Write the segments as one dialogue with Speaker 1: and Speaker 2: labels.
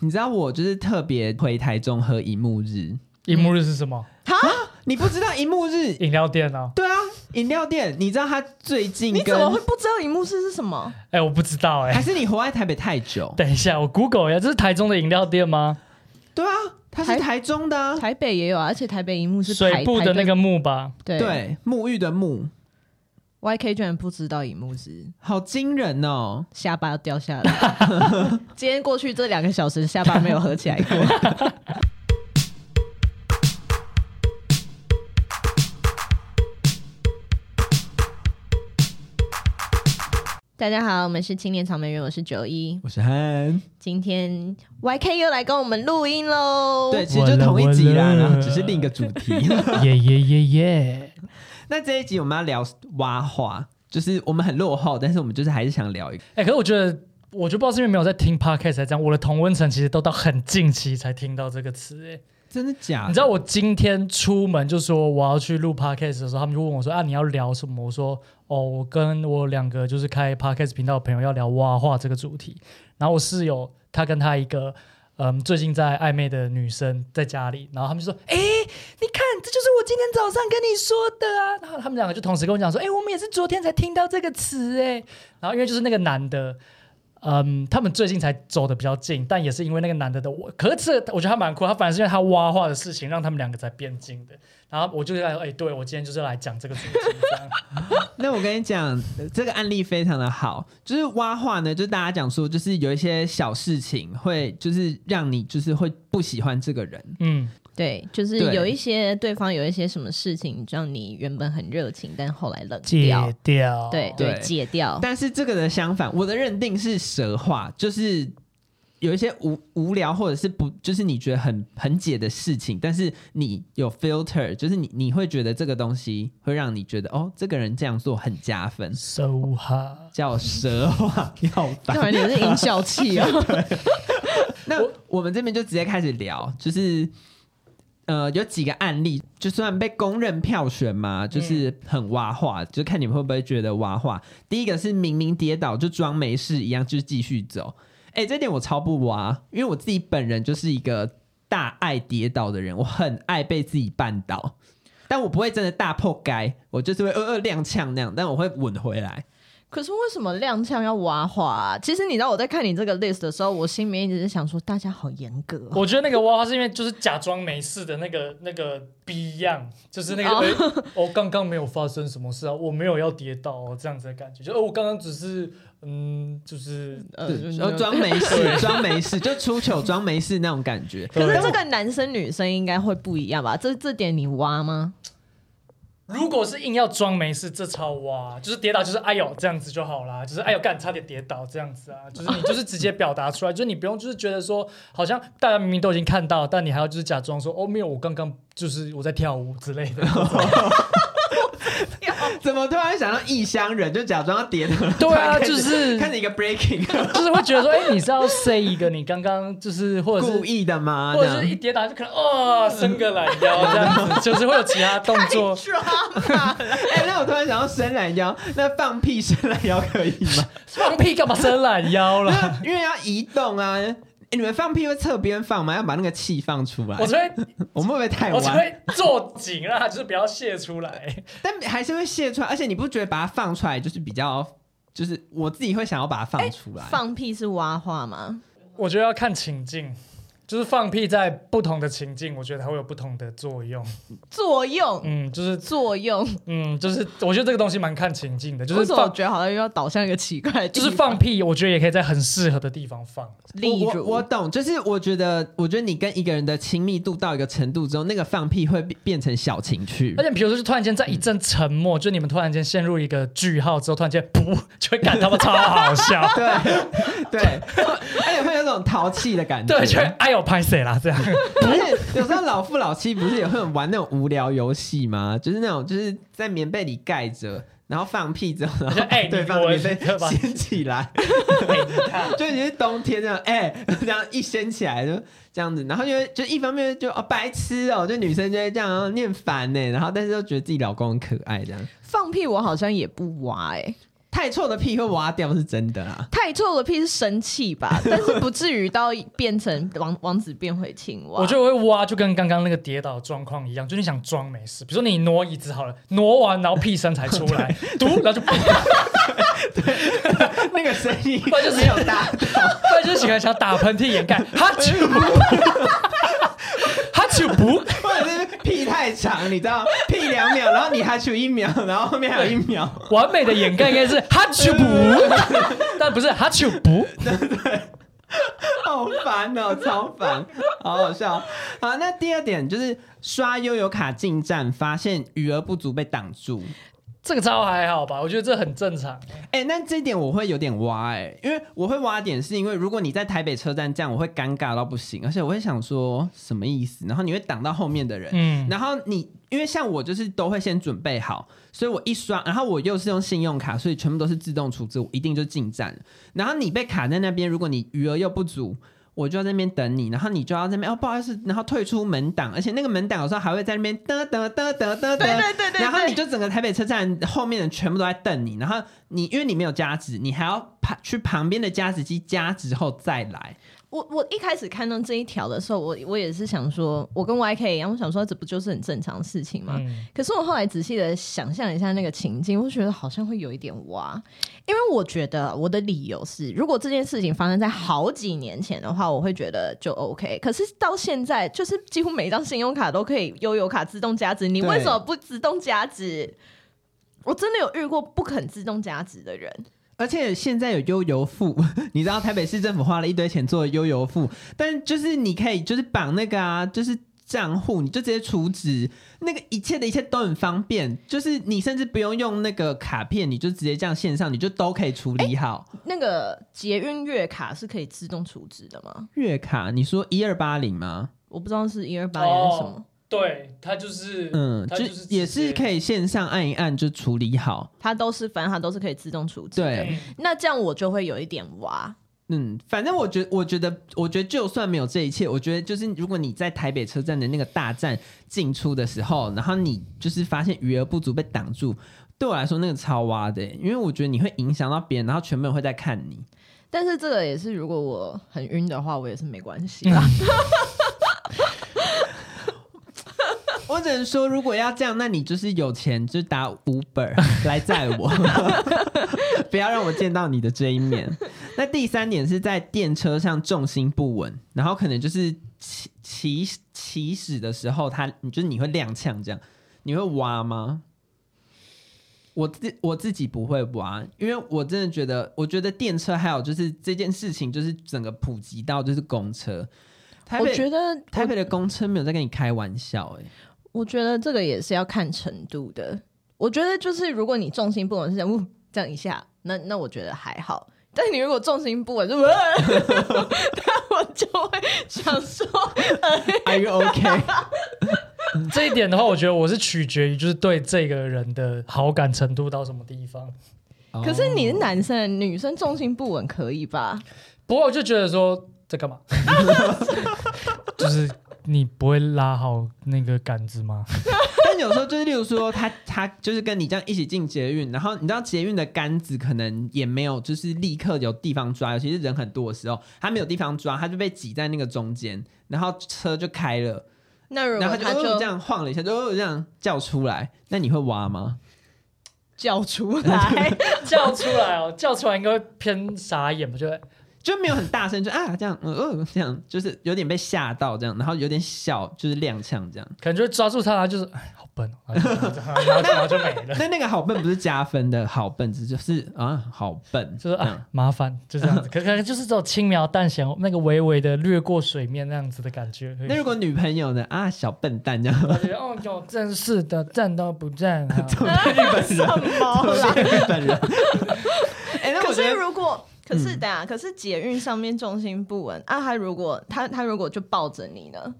Speaker 1: 你知道我就是特别回台中喝一幕日，
Speaker 2: 荧幕日是什么？
Speaker 1: 你不知道一幕 日？
Speaker 2: 饮料店啊？
Speaker 1: 对啊，饮料店，你知道他最近
Speaker 3: 你
Speaker 1: 跟
Speaker 3: 怎么会不知道荧幕室是什么？
Speaker 2: 哎、我不知道哎、
Speaker 1: 还是你活在台北太久？
Speaker 2: 等一下，我 Google 一下，这是台中的饮料店吗？
Speaker 1: 对啊，他是
Speaker 3: 台
Speaker 1: 台中的啊、
Speaker 3: 台北也有啊，而且台北荧幕是
Speaker 2: 水部的那个木吧？
Speaker 3: 对
Speaker 1: 对，沐浴的沐，
Speaker 3: YK 居然不知道荧幕室，
Speaker 1: 好惊人哦！
Speaker 3: 下巴掉下来。 今天过去这两个小时，下巴没有合起来过。 大家好，我们是青年草莓园，我是九一。
Speaker 1: 我是憨，
Speaker 3: 今天 YK 又来跟我们录音喽。
Speaker 1: 对，其实就同一集啦，
Speaker 2: 完了
Speaker 1: 然后只是另一个主题。
Speaker 2: 耶耶耶耶！
Speaker 1: 那这一集我们要聊挖话，就是我们很落后，但是我们就是还是想聊一个。
Speaker 2: 哎，可是我觉得，我就不知道是因为没有在听 podcast 才这样。我的同温层其实都到很近期才听到这个词。哎，
Speaker 1: 真的假的？
Speaker 2: 你知道我今天出门就说我要去录 podcast 的时候，他们就问我说：“啊，你要聊什么？”我说：“哦，我跟我两个就是开 podcast 频道的朋友要聊蛙化这个主题。”然后我室友他跟他一个嗯最近在暧昧的女生在家里，然后他们就说：“哎、你看，这就是我今天早上跟你说的啊。”然后他们两个就同时跟我讲说：“哎、我们也是昨天才听到这个词哎。”然后因为就是那个男的。嗯，他们最近才走的比较近，但也是因为那个男的的我，可是这我觉得他蛮酷，他反而是因为他挖话的事情，让他们两个才变近的。然后我就来说，哎、对我今天就是来讲这个主题，这样
Speaker 1: 那我跟你讲，呃这个案例非常的好，就是挖话呢，就是大家讲说，就是有一些小事情会，就是让你就是会不喜欢这个人。
Speaker 2: 嗯，
Speaker 3: 对，就是
Speaker 1: 对
Speaker 3: 有一些对方有一些什么事情，让你原本很热情，但后来冷
Speaker 2: 戒
Speaker 3: 掉。
Speaker 2: 掉，
Speaker 3: 对
Speaker 1: 对
Speaker 3: 对，戒掉。
Speaker 1: 但是这个的相反，我的认定是蛇话，就是有一些无无聊或者是不，就是你觉得很很解的事情，但是你有 filter，就是你你会觉得这个东西会让你觉得哦，这个人这样做很加分，
Speaker 2: ，so hard。
Speaker 1: 叫蛇话 要反。
Speaker 3: 干嘛？你是音效器哦。
Speaker 1: 那我们这边就直接开始聊，就是呃，有几个案例，就虽然被公认票选嘛，就是很挖话，就看你们会不会觉得挖话。第一个是明明跌倒就装没事一样，就是继续走。哎、这点我超不挖，因为我自己本人就是一个大爱跌倒的人，我很爱被自己绊倒。但我不会真的大破该，我就是会呃呃踉跄那样，但我会稳回来。
Speaker 3: 可是为什么踉跄要挖话、啊？其实你知道我在看你这个 list 的时候，我心里面一直是想说，大家好严格哦、
Speaker 2: 我觉得那个挖话是因为就是假装没事的那个那个逼样，就是那个
Speaker 3: 哦
Speaker 2: 哎我、刚刚没有发生什么事啊，我没有要跌倒哦，这样子的感觉，就哦我刚刚只是嗯，就是
Speaker 3: 呃
Speaker 1: 对然后
Speaker 3: 就
Speaker 1: 装没事，装没事，就出糗装没事那种感觉。
Speaker 3: 可是这个男生女生应该会不一样吧？这这点你挖吗？
Speaker 2: 如果是硬要装没事，这超哇，就是跌倒就是哎呦这样子就好啦，就是哎呦干差点跌倒这样子啊，就是你就是直接表达出来，就是你不用就是觉得说好像大家明明都已经看到，但你还要就是假装说哦没有，我刚刚就是我在跳舞之类 的。
Speaker 1: 怎么突然想到异乡人，就假装要跌倒？
Speaker 2: 对啊，
Speaker 1: 突然开始
Speaker 2: 就是
Speaker 1: 看着一个 breaking，
Speaker 2: 就是会觉得说哎、你是要 say 一个你刚刚就是或 者
Speaker 1: 故
Speaker 2: 是
Speaker 1: 意的吗？
Speaker 2: 或
Speaker 1: 这
Speaker 2: 者是一
Speaker 1: 样
Speaker 2: 跌倒就可能哦伸个懒腰这样子，就是会有其他动作。
Speaker 1: 哎、那我突然想到伸懒腰，那放屁伸懒腰可以 吗？
Speaker 2: 放屁干嘛伸懒腰啦？
Speaker 1: 那因为要移动啊。哎你们放屁会侧边放吗？要把那个气放出来
Speaker 2: 我。就会
Speaker 1: 我们会不会太
Speaker 2: 我就
Speaker 1: 晚？
Speaker 2: 会坐紧，让它就是不要泄出来。
Speaker 1: 但还是会泄出来，而且你不觉得把它放出来就是比较，就是我自己会想要把它
Speaker 2: 哎
Speaker 1: 放出来。
Speaker 3: 放屁是挖话吗？
Speaker 2: 我觉得要看情境，就是放屁在不同的情境，我觉得它会有不同的作用。
Speaker 3: 作用。
Speaker 2: 嗯，就是
Speaker 3: 作用，
Speaker 2: 嗯，就是我觉得这个东西蛮看情境的，就
Speaker 3: 为
Speaker 2: 是
Speaker 3: 什么我
Speaker 2: 放
Speaker 3: 觉得好像又要导向一个奇怪的地
Speaker 2: 就
Speaker 3: 方
Speaker 2: 是放，屁，我觉得也可以在很适合的地方放。
Speaker 3: 例
Speaker 1: 我
Speaker 3: 如
Speaker 1: 我我懂，就是我觉得，我觉得你跟一个人的亲密度到一个程度之后，那个放屁会变变成小情趣。
Speaker 2: 而。且比如说，就突然间在一阵沉默，就你们突然间陷入一个句号之后，突然间噗，就会感他们超好笑
Speaker 1: 对对， 而且会有种淘气的感觉。
Speaker 2: 对，就会哎呦拍谁啦这样。
Speaker 1: 而且有时候老夫老妻不是也会玩那种无聊游戏吗？就是那种就是在棉被里盖着，然后放屁之后，然
Speaker 2: 就
Speaker 1: 后
Speaker 2: 哎你
Speaker 1: 对方的
Speaker 2: 我
Speaker 1: 棉被
Speaker 2: 对吧哎
Speaker 1: 掀起来， 就你是冬天这样，哎、 这样一掀起来就这样子，然后因为就一方面就哦白痴哦，就女生就会这样然后念烦呢，然后但是又觉得自己老公很可爱这样。
Speaker 3: 放屁，我好像也不挖哎、
Speaker 1: 太臭的屁会挖掉是真的 啦。
Speaker 3: 太臭的屁是生气吧，但是不至于到变成王王子变回青蛙。
Speaker 2: 我觉得我会挖，就跟刚刚那个跌倒的状况一样，就你想装没事，比如说你挪椅子好了，挪完然后屁声才出 来，嘟，然后就，不
Speaker 1: 那个声音
Speaker 2: 然就是想打，不然就是喜欢想打喷嚏掩盖，哈啾，哈啾不，
Speaker 1: 或者是屁太长，你知道，屁两秒，然后你还取一秒，然后后面还有一秒，
Speaker 2: 完美的掩盖应该是哈啾不，但不是哈啾不，
Speaker 1: 好烦哦，超烦，好好笑。好，那第二点就是刷悠游卡进站，发现余额不足被挡住。
Speaker 2: 这个招还好吧？我觉得这很正常。
Speaker 1: 哎、那这一点我会有点挖哎、因为我会挖点是因为如果你在台北车站这样，我会尴尬到不行，而且我会想说什么意思，然后你会挡到后面的人，
Speaker 2: 嗯，
Speaker 1: 然后你因为像我就是都会先准备好，所以我一刷，然后我又是用信用卡，所以全部都是自动处置，我一定就进站了。然后你被卡在那边，如果你余额又不足。我就在那边等你，然后你就要在那边哦，不好意思，然后退出门档，而且那个门档有时候还会在那边嘚嘚嘚嘚嘚
Speaker 3: 对
Speaker 1: 嘚，
Speaker 3: 对对对，
Speaker 1: 然后你
Speaker 3: 对
Speaker 1: 就整个台北车站后面的全部都在瞪你，然后你因为你没有加值，你还要爬去旁边的加值机加值后再来，
Speaker 3: 我我一开始看到这一条的时候，我我也是想说，我跟 YK 一样，我想说这不就是很正常的事情吗？
Speaker 2: 嗯
Speaker 3: 可是我后来仔细的想象一下那个情境，我觉得好像会有一点哇，因为我觉得我的理由是，如果这件事情发生在好几年前的话，我会觉得就 OK。可是到现在，就是几乎每一张信用卡都可以悠游卡自动加值，你
Speaker 1: 对
Speaker 3: 为什么不自动加值？我真的有遇过不肯自动加值的人，
Speaker 1: 而且现在有悠游付， 你知道台北市政府花了一堆钱做悠游付，但就是你可以就是绑那个啊，就是账户，你就直接储值，那个一切的一切都很方便，就是你甚至不用用那个卡片，你就直接这样线上，你就都可以处理好。
Speaker 3: 那个捷运月卡是可以自动储值的吗？
Speaker 1: 月卡，你说一二八零吗？
Speaker 3: 我不知道是一二八还是什么。
Speaker 2: 哦对他就是，
Speaker 1: 嗯，
Speaker 2: 他
Speaker 1: 就
Speaker 2: 直接
Speaker 1: 也是可以线上按一按就处理好。
Speaker 3: 它都是，反正它都是可以自动处置。，
Speaker 1: 对，
Speaker 2: 嗯
Speaker 3: 那这样我就会有一点哇，
Speaker 1: 嗯，反正我觉我觉得，我觉得就算没有这一切，我觉得就是如果你在台北车站的那个大站进出的时候，然后你就是发现余额不足被挡住，对我来说那个超挖的欸，因为我觉得你会影响到别人，然后全部人会在看你。
Speaker 3: 但是这个也是，如果我很晕的话，我也是没关系啦。
Speaker 1: 我只能说，如果要这样，那你就是有钱就打 Uber 来载我， 不要让我见到你的这一面。那第三点是在电车上重心不稳，然后可能就是起起起始的时候，它你就是你会踉跄这样，你会挖吗？我自我自己不会挖，因为我真的觉得，我觉得电车还有就是这件事情，就是整个普及到就是公车。台
Speaker 3: 我
Speaker 1: 北
Speaker 3: 觉得，
Speaker 1: 台北的公车没有在跟你开玩笑、欸，
Speaker 3: 我觉得这个也是要看程度的。我觉得就是，如果你重心不稳是这样，呜这样一下，那那我觉得还好。但你如果重心不稳，就，那我就会想说，
Speaker 1: Are you OK？
Speaker 2: 这一点的话，我觉得我是取决于就是对这个人的好感程度到什么地方。
Speaker 3: 可是你是男生，女生重心不稳可以吧？
Speaker 2: 不过我就觉得说在 干嘛，就是你不会拉好那个杆子吗？
Speaker 1: 但有时候就是，例如说他他就是跟你这样一起进捷运，然后你知道捷运的杆子可能也没有，就是立刻有地方抓，尤其是人很多的时候，他没有地方抓，他就被挤在那个中间，然后车就开了，
Speaker 3: 那如
Speaker 1: 然后
Speaker 3: 果
Speaker 1: 他
Speaker 3: 他
Speaker 1: 就、哦、这
Speaker 3: 就
Speaker 1: 样晃了一下，就、哦、这样叫出来，那你会挖吗？
Speaker 3: 叫出来，
Speaker 2: 叫出来哦，叫出来应该会偏傻眼吧？就会
Speaker 1: 就没有很大声，就啊这样，嗯、哦这样，就是有点被吓到这样，然后有点小，就是踉跄这样。
Speaker 2: 可能就会抓住他，然后就是哎，好笨哦，然后就 然后就然后就没了。
Speaker 1: 那那个好笨不是加分的好笨，只就是啊好笨，
Speaker 2: 就是
Speaker 1: 这样
Speaker 2: 啊，麻烦就这样子，可可能就是这种轻描淡写，那个微微的掠过水面那样子的感觉而已。
Speaker 1: 那如果女朋友呢？啊，小笨蛋这样，
Speaker 2: 我觉得哦哟，真是的，站都不站 啊！
Speaker 1: 日本
Speaker 3: 什么啦？
Speaker 1: 日本人。 哎、那
Speaker 3: 可
Speaker 1: 我觉得
Speaker 3: 是如果可是的啊，可是捷运上面重心不稳啊，他如果他他如果就抱着你呢，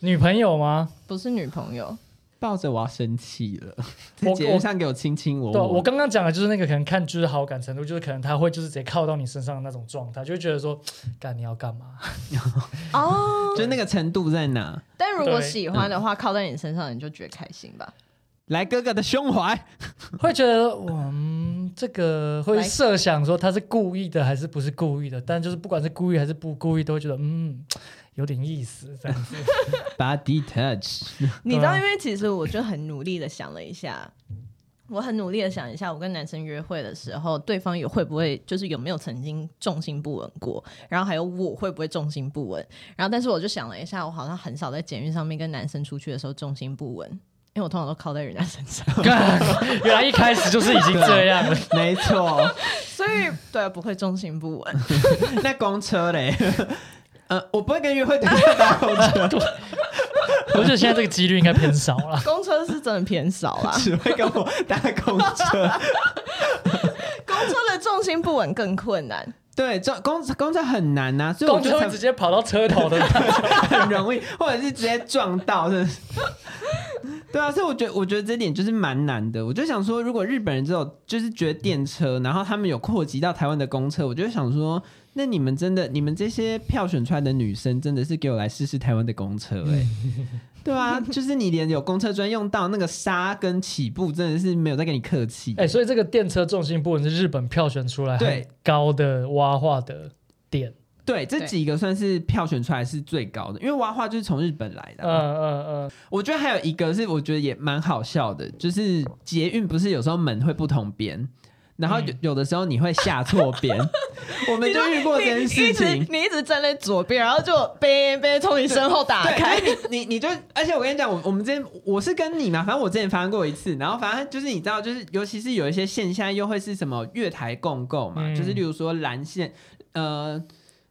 Speaker 2: 女朋友吗？
Speaker 3: 不是女朋友，
Speaker 1: 抱着我要生气了，在
Speaker 2: 我
Speaker 1: 节目上给我亲亲我
Speaker 2: 对，啊
Speaker 1: 我
Speaker 2: 我刚刚讲的就是那个可能看就是好感程度，就是可能他会就是直接靠到你身上的那种状态，就会觉得说，干你要干嘛？
Speaker 3: 哦。
Speaker 1: 就那个程度在哪？
Speaker 3: 但如果
Speaker 2: 对
Speaker 3: 喜欢的话，靠在你身上，你就觉得开心吧。
Speaker 1: 来哥哥的胸怀，
Speaker 2: 会觉得我、嗯、这个会
Speaker 3: 来
Speaker 2: 设想说他是故意的还是不是故意的，但就是不管是故意还是不故意，都会觉得嗯有点意思这样子。
Speaker 1: body touch，
Speaker 3: 你知道，
Speaker 2: 对啊
Speaker 3: 因为其实我就很努力的想了一下，我很努力的想一下，我跟男生约会的时候，对方有会不会就是有没有曾经重心不稳过，然后还有我会不会重心不稳，然后但是我就想了一下，我好像很少在检运上面跟男生出去的时候重心不稳，因为我通常都靠在人家身上，
Speaker 2: 干 原来一开始就是已经这样了。
Speaker 1: 没错。
Speaker 3: 所以对啊不会重心不稳。
Speaker 1: 那公车嘞？ 呃，我不会跟约会对象搭公车，
Speaker 2: 我觉得现在这个几率应该偏少了。
Speaker 3: 公车是真的偏少啦，
Speaker 1: 只会跟我搭公车。
Speaker 3: 公车的重心不稳更困难。
Speaker 1: 对，这公公车很难呐、所以我
Speaker 2: 公
Speaker 1: 就
Speaker 2: 车会
Speaker 1: 才
Speaker 2: 直接跑到车头 的，
Speaker 1: 很容易，或者是直接撞到，真的 是。对啊，所以我觉得，我觉得这点就是蛮难的。我就想说，如果日本人只有就是觉得电车，然后他们有扩及到台湾的公车，我就想说，那你们真的，你们这些票选出来的女生，真的是给我来试试台湾的公车哎、 对啊，就是你连有公车专用道那个刹跟起步，真的是没有在跟你客气。
Speaker 2: 哎、所以这个电车重心不稳是日本票选出来很
Speaker 1: 对
Speaker 2: 高的挖化的点。
Speaker 1: 对，这
Speaker 3: 对
Speaker 1: 几个算是票选出来是最高的，因为娃娃就是从日本来的啊、
Speaker 2: 嗯嗯嗯，
Speaker 1: 我觉得还有一个是，我觉得也蛮好笑的，就是捷运不是有时候门会不同边，然
Speaker 3: 嗯
Speaker 1: 后有、有的时候你会下错 边，我们就遇过这件事
Speaker 3: 你一
Speaker 1: 情
Speaker 3: 直。你一直站在左边，然后就被被从你身后打开。
Speaker 1: 对，就是 你你你就，而且我跟你讲，我我们之前我是跟你嘛，反正我之前发生过一次，然后反正就是你知道，就是尤其是有一些线现在又会是什么月台共购嘛，
Speaker 2: 嗯
Speaker 1: 就是例如说蓝线，呃，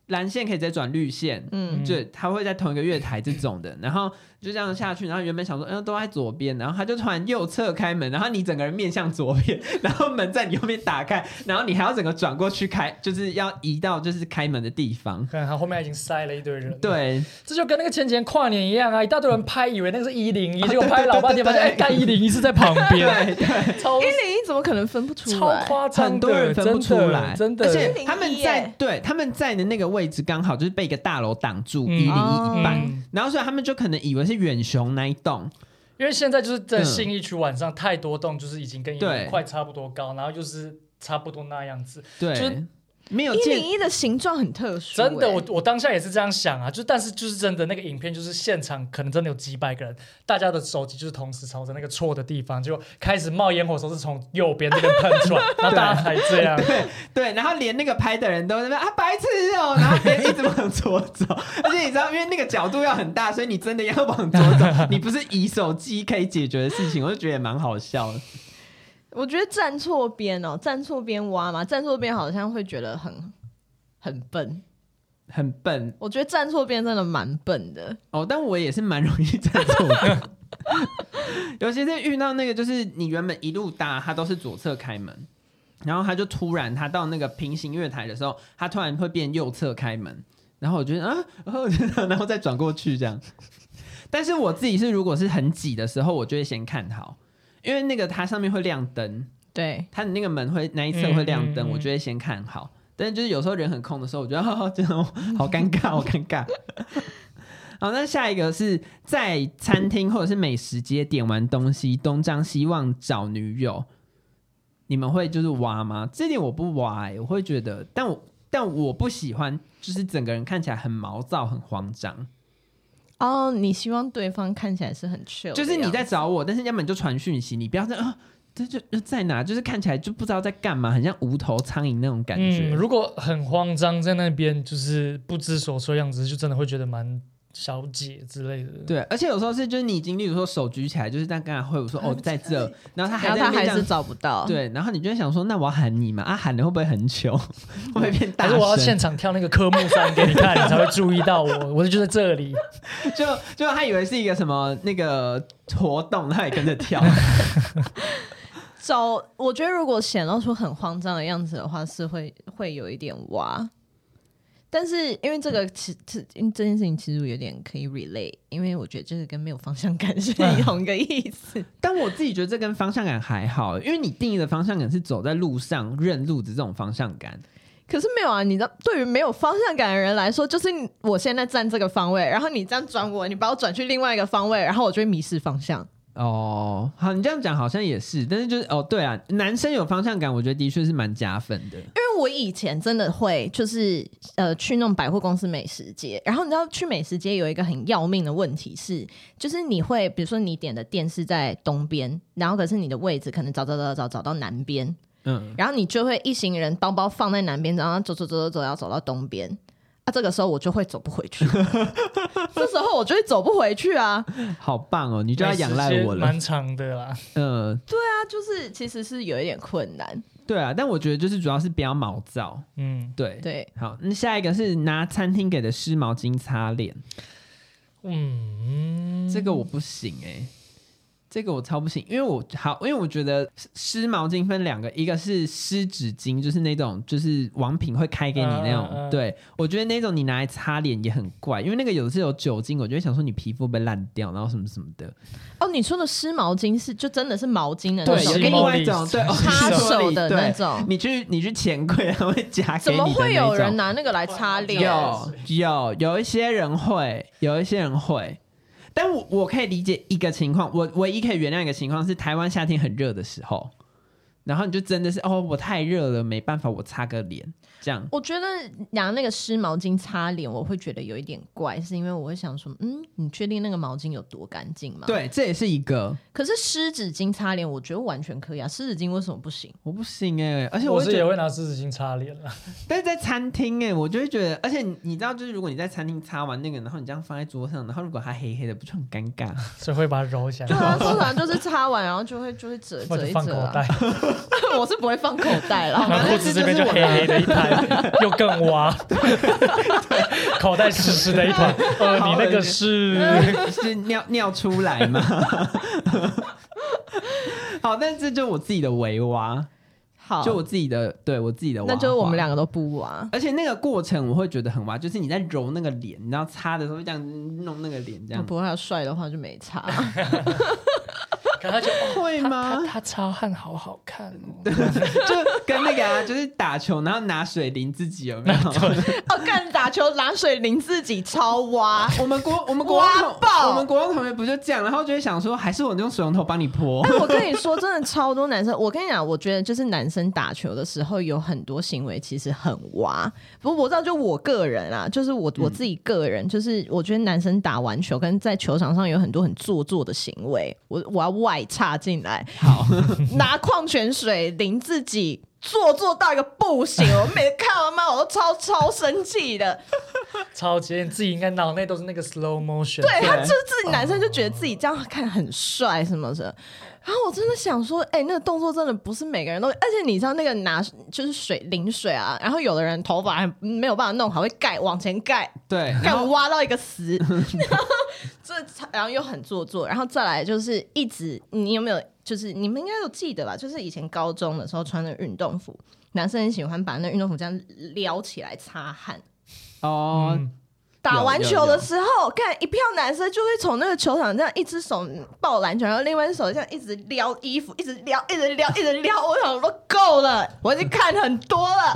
Speaker 1: 蓝线可以直接转绿线，
Speaker 3: 嗯，
Speaker 1: 就他会在同一个月台这种的，然后就这样下去，然后原本想说，嗯，都在左边，然后他就突然右侧开门，然后你整个人面向左边，然后门在你右边打开，然后你还要整个转过去开，就是要移到就是开门的地方。
Speaker 2: 看他后面已经塞了一堆人。，
Speaker 1: 对，
Speaker 2: 这就跟那个前几年跨年一样啊，一大堆人拍，以为那个是一零一，
Speaker 1: 啊
Speaker 2: 结果拍老半天发现，哎，
Speaker 1: 对对对对
Speaker 2: 干一零一是在旁 边，
Speaker 1: 对对，
Speaker 2: 超
Speaker 3: 一零一怎么可能分不出
Speaker 2: 嗯超
Speaker 3: 来？
Speaker 2: 夸张的，
Speaker 1: 很多人分不出来，
Speaker 2: 真的，
Speaker 1: 而
Speaker 2: 真的
Speaker 1: 且他们
Speaker 3: 101
Speaker 1: 在
Speaker 3: 耶
Speaker 1: 对他们在的那个位置刚好就是被一个大楼挡住
Speaker 2: 嗯
Speaker 1: 一零一
Speaker 3: 哦
Speaker 1: 一半，
Speaker 2: 嗯
Speaker 1: 然后所以他们就可能以为是远雄那一栋，
Speaker 2: 因为现在就是在
Speaker 1: 嗯
Speaker 2: 信义区晚上太多栋，就是已经跟一
Speaker 1: 对
Speaker 2: 零快差不多高，然后就是差不多那样子。就是
Speaker 1: 对，没有
Speaker 3: 一
Speaker 1: 见
Speaker 3: 零一的形状很特殊、
Speaker 2: 真的，
Speaker 3: 欸
Speaker 2: 我我当下也是这样想啊，就但是就是真的那个影片，就是现场可能真的有几百个人，大家的手机就是同时朝着那个错的地方，就开始冒烟火的时候是从右边这边喷出来，然后大家才这样。
Speaker 1: 对，然后连那个拍的人都在那边啊白痴哦、然后别人一直往左走，而且你知道，因为那个角度要很大，所以你真的要往左走，你不是以手机可以解决的事情，我就觉得也蛮好笑的。
Speaker 3: 我觉得站错边哦，站错边挖嘛，站错边好像会觉得很很笨。
Speaker 1: 很笨
Speaker 3: 我觉得站错边真的蛮笨的。
Speaker 1: 哦，但我也是蛮容易站错的， 尤其是遇到那个，就是你原本一路搭，它都是左侧开门，然后他就突然他到那个平行月台的时候，他突然会变右侧开门，然后我觉得啊，然后然后再转过去这样。但是我自己是，如果是很挤的时候，我就会先看好，因为那个它上面会亮灯，
Speaker 3: 对，
Speaker 1: 它的那个门会那一侧会亮灯，
Speaker 2: 嗯嗯嗯
Speaker 1: 我就会先看好。但是就是有时候人很空的时候，我觉得、哦、真的好尴 尬，好尴尬。 好，那下一个是在餐厅或者是美食街点完东西，东张西望找女友，你们会就是挖吗？这点我不挖、欸，我会觉得，但我但我不喜欢，就是整个人看起来很毛躁、很慌张。
Speaker 3: 哦，你希望对方看起来是很 chill，
Speaker 1: 就是
Speaker 3: 的
Speaker 1: 你
Speaker 3: 样子
Speaker 1: 在找我，但是要么你就传讯息，你不要这样啊。这就就在哪？就是看起来就不知道在干嘛，很像无头苍蝇那种感觉。
Speaker 2: 嗯，如果很慌张在那边就是不知所措样子，就真的会觉得蛮小姐之类的。
Speaker 1: 对，而且有时候是就是你已经，例如说手举起来，就是但刚才会我说哦在这，然后他还
Speaker 3: 啊然
Speaker 1: 在
Speaker 3: 后
Speaker 1: 那
Speaker 3: 他
Speaker 1: 边
Speaker 3: 还
Speaker 1: 这
Speaker 3: 是
Speaker 1: 样。
Speaker 3: 找不到。，
Speaker 1: 对，然后你就会想说，那我要喊你嘛？啊，喊的会不会很糗？会不会变大
Speaker 2: 还是我要
Speaker 1: 声？
Speaker 2: 现场跳那个科目三给你看，你才会注意到我。我就在这里，
Speaker 1: 就就他以为是一个什么那个活动，他也跟着跳。
Speaker 3: 找我觉得如果显露出很慌张的样子的话，是会会有一点哇。但是因为这个其这这件事情其实我有点可以 relate，因为我觉得这个跟没有方向感是同一个意思。
Speaker 1: 但我自己觉得这跟方向感还好，因为你定义的方向感是走在路上认路的这种方向感。
Speaker 3: 可是没有啊，你知道，对于没有方向感的人来说，就是你我现在站这个方位，然后你这样转我，你把我转去另外一个方位，然后我就会迷失方向。
Speaker 1: 哦，好，你这样讲好像也是，但是就是哦，对啊，男生有方向感，我觉得的确是蛮加分的。
Speaker 3: 因为我以前真的会，就是呃，去那种百货公司美食街，然后你知道去美食街有一个很要命的问题是，就是你会比如说你点的店是在东边，然后可是你的位置可能找找找找找到南边，
Speaker 1: 嗯，
Speaker 3: 然后你就会一行人包包放在南边，然后走走走走走，要走到东边。啊，这个时候我就会走不回去，这时候我就会走不回去啊！
Speaker 1: 好棒 哦，你就要仰赖我了。
Speaker 2: 蛮长的啦。
Speaker 1: 嗯，
Speaker 3: 那就是其实是有一点困难，
Speaker 1: 对啊，但我觉得就是主要是不要毛躁。
Speaker 2: 嗯，
Speaker 1: 对，
Speaker 3: 对，
Speaker 1: 好，那下一个是拿餐厅给的湿毛巾擦脸，
Speaker 2: 嗯，
Speaker 1: 这个我不行哎、这个我超不行，因为我好，因为我觉得湿毛巾分两个，一个是湿纸巾，就是那种就是王品会开给你那种，
Speaker 2: 嗯嗯嗯
Speaker 1: 对我觉得那种你拿来擦脸也很怪，因为那个有的是有酒精，我就会想说你皮肤被烂掉，然后什么什么的，
Speaker 3: 哦，你说的湿毛巾是就真的是毛巾的那
Speaker 1: 对，
Speaker 3: 种，
Speaker 1: 有
Speaker 2: 是
Speaker 3: 给
Speaker 1: 另
Speaker 3: 你
Speaker 1: 外一种对哦
Speaker 3: 擦手的那
Speaker 1: 对
Speaker 3: 种
Speaker 1: 你去你去钱柜，他会夹给
Speaker 3: 怎
Speaker 1: 你
Speaker 3: 么
Speaker 1: 的那种。
Speaker 3: 会有人拿那个来擦脸？
Speaker 1: 有有有一些人会，有一些人会，但我我可以理解一个情况，我唯一可以原谅一个情况是台湾夏天很热的时候，然后你就真的是哦，我太热了，没办法，我擦个脸这样。
Speaker 3: 我觉得拿那个湿毛巾擦脸，我会觉得有一点怪，是因为我会想说，嗯，你确定那个毛巾有多干净吗？。
Speaker 1: 对，这也是一个
Speaker 3: 可是湿纸巾擦脸，我觉得完全可以啊。湿纸巾为什么不行？
Speaker 1: 我不行哎、而且
Speaker 2: 我
Speaker 1: 我
Speaker 2: 是
Speaker 1: 觉
Speaker 2: 也
Speaker 1: 得，
Speaker 2: 会拿湿纸巾擦脸啦。
Speaker 1: 但是在餐厅哎、我就会觉得，而且你你知道，就是如果你在餐厅擦完那个，然后你这样放在桌上，然后如果它黑黑的，不是很尴尬？
Speaker 2: 所以会把它揉起来，
Speaker 3: 对啊，通常就是擦完然后就会就会折
Speaker 2: 或
Speaker 3: 折
Speaker 2: 者
Speaker 3: 一
Speaker 2: 放
Speaker 3: 折
Speaker 2: 口
Speaker 3: 啊。
Speaker 2: 袋，
Speaker 3: 我是不会放口袋
Speaker 1: 啊
Speaker 3: 啦。
Speaker 2: 然后裤子这边就黑黑的一滩， 又更挖，口袋湿湿的一 团。呃，你那个是
Speaker 1: 是尿尿出来吗？ 好，但这就是我自己的围啊挖，
Speaker 3: 好，
Speaker 1: 就我自己的，对我自己的挖。
Speaker 3: 哦那就是我们两。个都不玩。
Speaker 1: 而且那个过程我会觉得很挖，就是你在揉那个脸，你知道擦的时候会这样弄那个脸，这样
Speaker 3: 不过他帅的话就没擦。
Speaker 2: 可他就哦
Speaker 1: 会吗？
Speaker 2: 他擦汗好好看 哦。
Speaker 1: 就跟那个啊，就是打球然后拿水淋自己有没有？
Speaker 3: 哦，干打球拿水淋自己超挖。
Speaker 1: 我们国我们国文
Speaker 3: 挖爆
Speaker 1: 同我们国文同学不就这样，然后就会想说，还是我用水龙头帮你 泼
Speaker 3: 哎、。我跟你说，真的超多男生。我跟你讲，我觉得就是男生打球的时候有很多行为其实很哇。不过我知道，就我个人啊，就是我我自己个人，就是我觉得男生打完球跟在球场上有很多很做作的行为。我我要外插进来，
Speaker 1: 好，
Speaker 3: 拿矿泉水淋自己。做作到一个不行，我每次看到妈，我都超超生气的。
Speaker 2: 超级，你自己应该脑内都是那个 slow motion。
Speaker 3: 对他就是自己男生就觉得自己这样看很帅什么的。然后我真的想说，哎、那个动作真的不是每个人都，而且你知道那个拿就是水淋水啊，然后有的人头发还没有办法弄好，会盖往前盖，
Speaker 1: 对，
Speaker 3: 盖
Speaker 1: 然后
Speaker 3: 挖到一个死， 然后这然后又很做作，然后再来就是一直你有没有就是你们应该有记得吧？就是以前高中的时候穿的运动服，男生很喜欢把那运动服这样撩起来擦汗。
Speaker 1: 哦，
Speaker 2: 嗯
Speaker 3: 打
Speaker 1: 有
Speaker 3: 完
Speaker 1: 有
Speaker 3: 球
Speaker 1: 有
Speaker 3: 的时候，看一票男生就会从那个球场这样一只手抱篮球，然后另外一只手这样一直撩衣服，一直撩，一直撩，一直撩。我想说够了，我已经看很多了，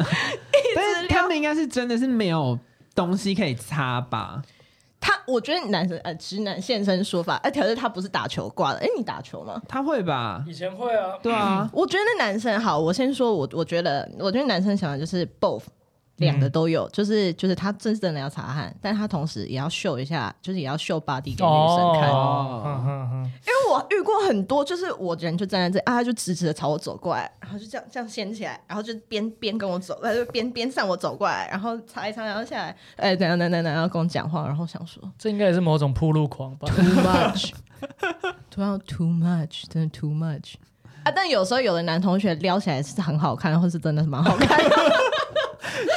Speaker 3: 一
Speaker 1: 但
Speaker 3: 直
Speaker 1: 是他
Speaker 3: 撩。
Speaker 1: 们应该是真的是没有东西可以擦吧？
Speaker 3: 他我觉得男生呃直男现身说法，哎、可是他不是打球挂的。哎、你打球吗？
Speaker 1: 他会吧？
Speaker 2: 以前会啊，
Speaker 1: 对啊，
Speaker 3: 我觉得那男生好，我先说我，我觉得，我觉得男生想的就是 both 两
Speaker 1: 嗯
Speaker 3: 个都有，就是就是他真正的要擦汗，但他同时也要秀一下，就是也要秀 body 给女生看。
Speaker 2: 哦，嗯嗯嗯
Speaker 3: 因为我遇过很多，就是我人就站在这里啊，他就直直的朝我走过来，然后就这样这样掀起来，然后就边边跟我走，他就边边上我走过来，然后擦一擦，然后下来，哎，等一下等一下等一下，然后跟我讲话，然后想说
Speaker 2: 这应该也是某种铺路狂吧？
Speaker 3: too much，突然 too much，真的 too much 啊！但有时候有的男同学撩起来是很好看，或是真的是蛮好 看的。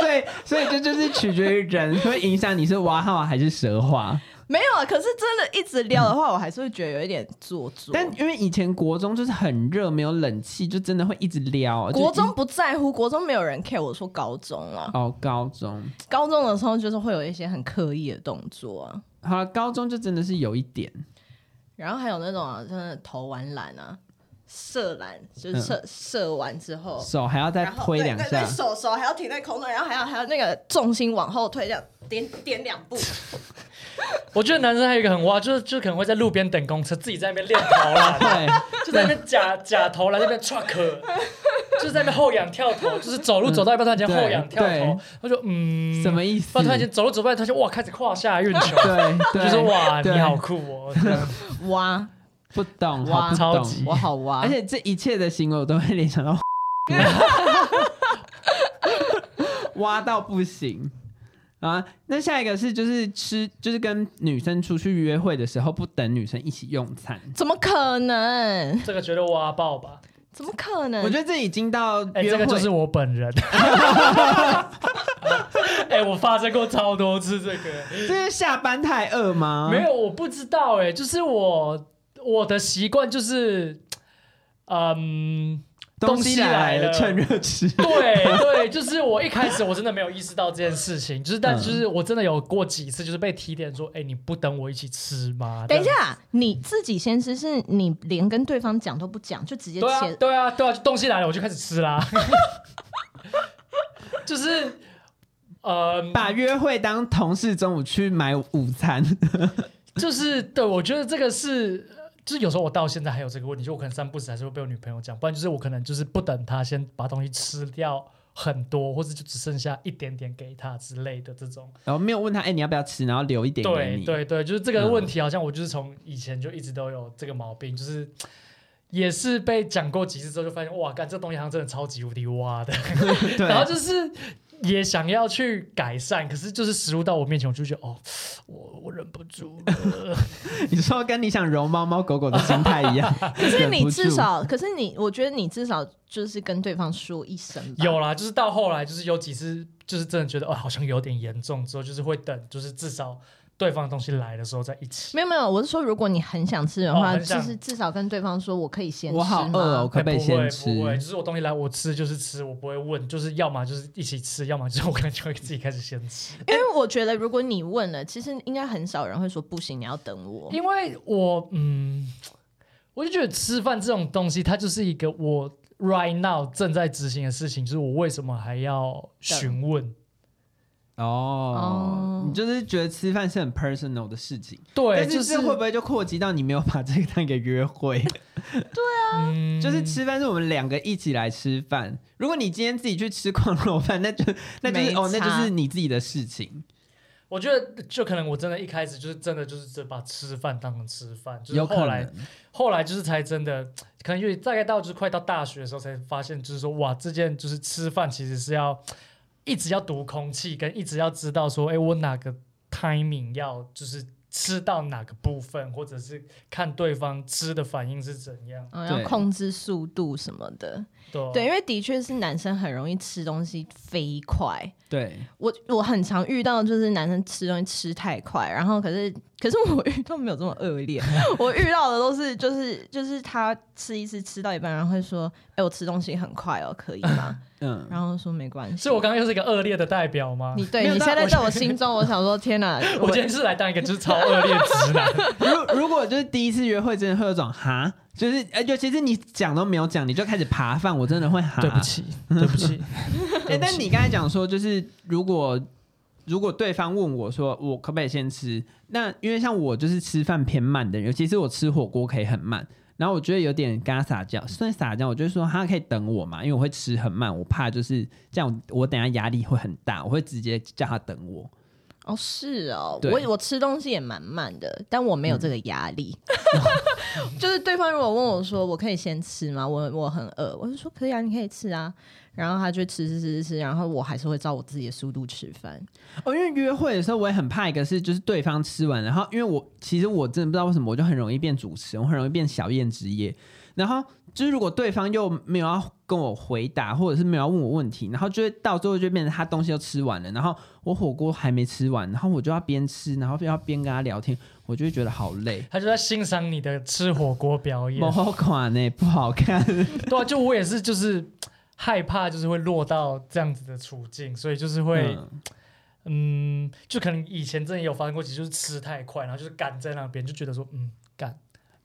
Speaker 1: 所以，所以这就是取决于人， 会影响你是蛙号还是蛇话。
Speaker 3: 没有啊，可是真的一直撩的话，我还是会觉得有一点做作。
Speaker 1: 但
Speaker 2: 哦
Speaker 1: 因为以前国中就是很热，没有冷气，就真的会一直撩。就
Speaker 3: 国
Speaker 1: 一
Speaker 3: 中不在乎，国中没有人 care。我说高中啊，
Speaker 1: 哦，高中
Speaker 3: 高中的时候就是会有一些很刻意的动作啊。
Speaker 1: 好了，高中就真的是有一点，
Speaker 3: 然后还有那种、啊、真的投完篮啊，射篮就是射、射完之后，
Speaker 1: 手还要嗯再
Speaker 3: 哦然后
Speaker 1: 挥
Speaker 3: 对
Speaker 1: 两
Speaker 3: 对
Speaker 1: 下
Speaker 3: 对，。手手还要 停在空中，然后还要还要那个重心往后退，这样点点两步，
Speaker 2: 我觉得男生还有一个很哇，就是就是可能会在路边等公车，自己在那边练投 篮，
Speaker 1: 对，
Speaker 2: 就在那边假假投篮，那边 truck，就是在那边后仰跳投，就是走路走到一半突然间
Speaker 1: 对
Speaker 2: 后仰跳
Speaker 1: 对
Speaker 2: 投，他就嗯，
Speaker 1: 什么意思？
Speaker 2: 不然突然间走路走到一半，他就哇开始胯下运球，
Speaker 1: 对，对，
Speaker 2: 就说哇
Speaker 1: 对
Speaker 2: 你好酷哦，这样
Speaker 3: 哇，
Speaker 1: 不懂，
Speaker 3: 哇
Speaker 1: 好不
Speaker 2: 超
Speaker 1: 懂。
Speaker 2: 级
Speaker 3: 我好哇，
Speaker 1: 而且这一切的行为我都会联想 到挖到不行啊！那下一个是就是吃，就是跟女生出去约会的时候不等女生一起用餐。
Speaker 3: 怎么可能？
Speaker 2: 这个绝对挖 爆吧。
Speaker 3: 怎么可能？
Speaker 1: 我觉得这已经到
Speaker 2: 嗯哎、
Speaker 1: 约
Speaker 2: 这
Speaker 1: 会，
Speaker 2: 个就是我本 人。哎、我发生过超多次这个，
Speaker 1: 这是下班太饿吗？
Speaker 2: 没有，我不知道哎、就是我我的习惯就是，嗯，
Speaker 1: 东
Speaker 2: 东西
Speaker 1: 西来
Speaker 2: 来了
Speaker 1: 趁热 吃。
Speaker 2: 对对，就是我一开始我真的没有意识到这件事情，就是但
Speaker 1: 嗯
Speaker 2: 就是我真的有过几次就是被提点说，哎、你不等我一起吃吗？
Speaker 3: 等一，下，你自己先吃，是你连跟对方讲都不讲，就直接
Speaker 2: 对啊
Speaker 3: 切。
Speaker 2: 对啊对啊，就东西来了我就开始吃啦， 就是。呃，
Speaker 1: 把约会当同事中午去买午餐，
Speaker 2: 就是对，我觉得这个是，就是有时候我到现在还有这个问题，就我可能三不时还是会被我女朋友讲，不然就是我可能就是不等她先把东西吃掉很多，或者就只剩下一点点给她之类的这种。
Speaker 1: 然后没有问他，哎、你要不要吃？然后留一点给
Speaker 2: 对
Speaker 1: 你。嗯
Speaker 2: 对对，就是这个问题，好像我就是从以前就一直都有这个毛病，就是。也是被讲过几次之后，就发现哇，干这东西好像真的超级无敌哇的。
Speaker 1: 对，
Speaker 2: 然后就是也想要去改善，可是就是食物到我面前，我就觉得哦，我我忍不住了。
Speaker 1: 你说跟你想揉猫猫狗狗的心态一 样，
Speaker 3: 可是
Speaker 1: 忍
Speaker 3: 你
Speaker 1: 不
Speaker 3: 至
Speaker 1: 住
Speaker 3: 少，可是你，我觉得你至少就是跟对方说一声吧。
Speaker 2: 有啦，就是到后来，就是有几次，就是真的觉得哦，好像有点严重，之后就是会等，就是至少对方的东西来的时候再一起。
Speaker 3: 没有没有，我是说，如果你很想吃的
Speaker 2: 哦
Speaker 3: 话，
Speaker 2: 很
Speaker 3: 就
Speaker 2: 想
Speaker 3: 是至少跟对方说，我可以先吃
Speaker 1: 我好
Speaker 3: 吗
Speaker 1: 饿哦，我可
Speaker 2: 哎
Speaker 1: 不可以
Speaker 2: 不会
Speaker 1: 先
Speaker 2: 不会，
Speaker 1: 吃？
Speaker 2: 就是我东西来我吃就是吃，我不会问，就是要么就是一起吃，要么就是我可能就会自己开始先吃。
Speaker 3: 因为我觉得，如果你问了，其实应该很少人会说不行，你要等我。
Speaker 2: 因为我嗯，我就觉得吃饭这种东西，它就是一个我 right now 正在执行的事情，就是我为什么还要询问？
Speaker 1: 哦
Speaker 3: 哦，
Speaker 1: 你就是觉得吃饭是很 personal 的事情，
Speaker 2: 对，
Speaker 1: 但
Speaker 2: 就是是
Speaker 1: 这会不会就扩及到你没有把这个当一个约会？
Speaker 2: 嗯
Speaker 1: 就是吃饭是我们两个一起来吃饭，如果你今天自己去吃矿肉饭，那就那就是
Speaker 3: 没
Speaker 1: 哦，那
Speaker 3: 差
Speaker 1: 就是你自己的事情，
Speaker 2: 我觉得就可能我真的一开始就是真的就是只把吃饭当成吃饭，就是
Speaker 1: 有
Speaker 2: 后
Speaker 1: 可
Speaker 2: 来
Speaker 1: 能。
Speaker 2: 后来就是才真的可能因为大概到就是快到大学的时候才发现，就是说哇，这件就是吃饭其实是要一直要读空气，跟一直要知道说，哎，我哪个 timing 要就是吃到哪个部分，或者是看对方吃的反应是怎样。
Speaker 3: 嗯，
Speaker 1: 对
Speaker 3: 要控制速度什么的，
Speaker 2: 对啊
Speaker 3: 对，因为的确是男生很容易吃东西飞快，
Speaker 1: 对，
Speaker 3: 我我很常遇到，就是男生吃东西吃太快，然后可是可是我遇到没有 这么恶劣，我遇到的都是就是就是他吃一次吃到一半，然后会说：“哎、我吃东西很快哦，可以吗？”
Speaker 1: 嗯，
Speaker 3: 然后说没关系。
Speaker 2: 所以我刚刚又是一个恶劣的代表吗？
Speaker 3: 你对
Speaker 1: 没有
Speaker 3: 你
Speaker 1: 那
Speaker 3: 现在
Speaker 1: 我
Speaker 3: 在我心中，我想说天 哪，
Speaker 2: 我今天是来当一个就是超恶劣直男，
Speaker 1: 如如果就是第一次约会，真的会有种哈，就是呃，尤其是你讲都没有讲，你就开始扒饭，我真的会哈。
Speaker 2: 对不起， 对不起。
Speaker 1: 哎、但你刚才讲说，就是如果如果对方问我说我可不可以先吃，那因为像我就是吃饭偏慢的人，尤其是我吃火锅可以很慢，然后我觉得有点跟他撒娇，算撒娇，我就说他可以等我嘛，因为我会吃很慢，我怕就是这样，我等下压力会很大，我会直接叫他等我。
Speaker 3: 哦是哦，
Speaker 1: 对嗯
Speaker 3: 我我吃东西也蛮慢的，但我没有这个压力。 就是对方如果问我说我可以先吃吗？我我很饿，我就说可以啊，你可以吃啊。然后他就吃吃吃吃吃，然后我还是会照我自己的速度吃饭。
Speaker 1: 哦，因为约会的时候我也很怕一个是就是对方吃完，然后因为我其实我真的不知道为什么我就很容易变主持人，我很容易变小燕之夜。然后就是如果对方又没有要跟我回答，或者是没有要问我问题，然后就会到最后就变成他东西都吃完了，然后我火锅还没吃完，然后我就要边吃，然后又要边跟他聊天，我就会觉得好累。
Speaker 2: 他就在欣赏你的吃火锅表演
Speaker 1: 某。好款呢不好看，
Speaker 2: 对啊，就我也是，就是害怕，就是会落到这样子的处境，所以就是会，啊
Speaker 1: 嗯
Speaker 2: 嗯就可能以前真的有发生过，其实就是吃太快，然后就是赶在那边，就觉得说，嗯，赶，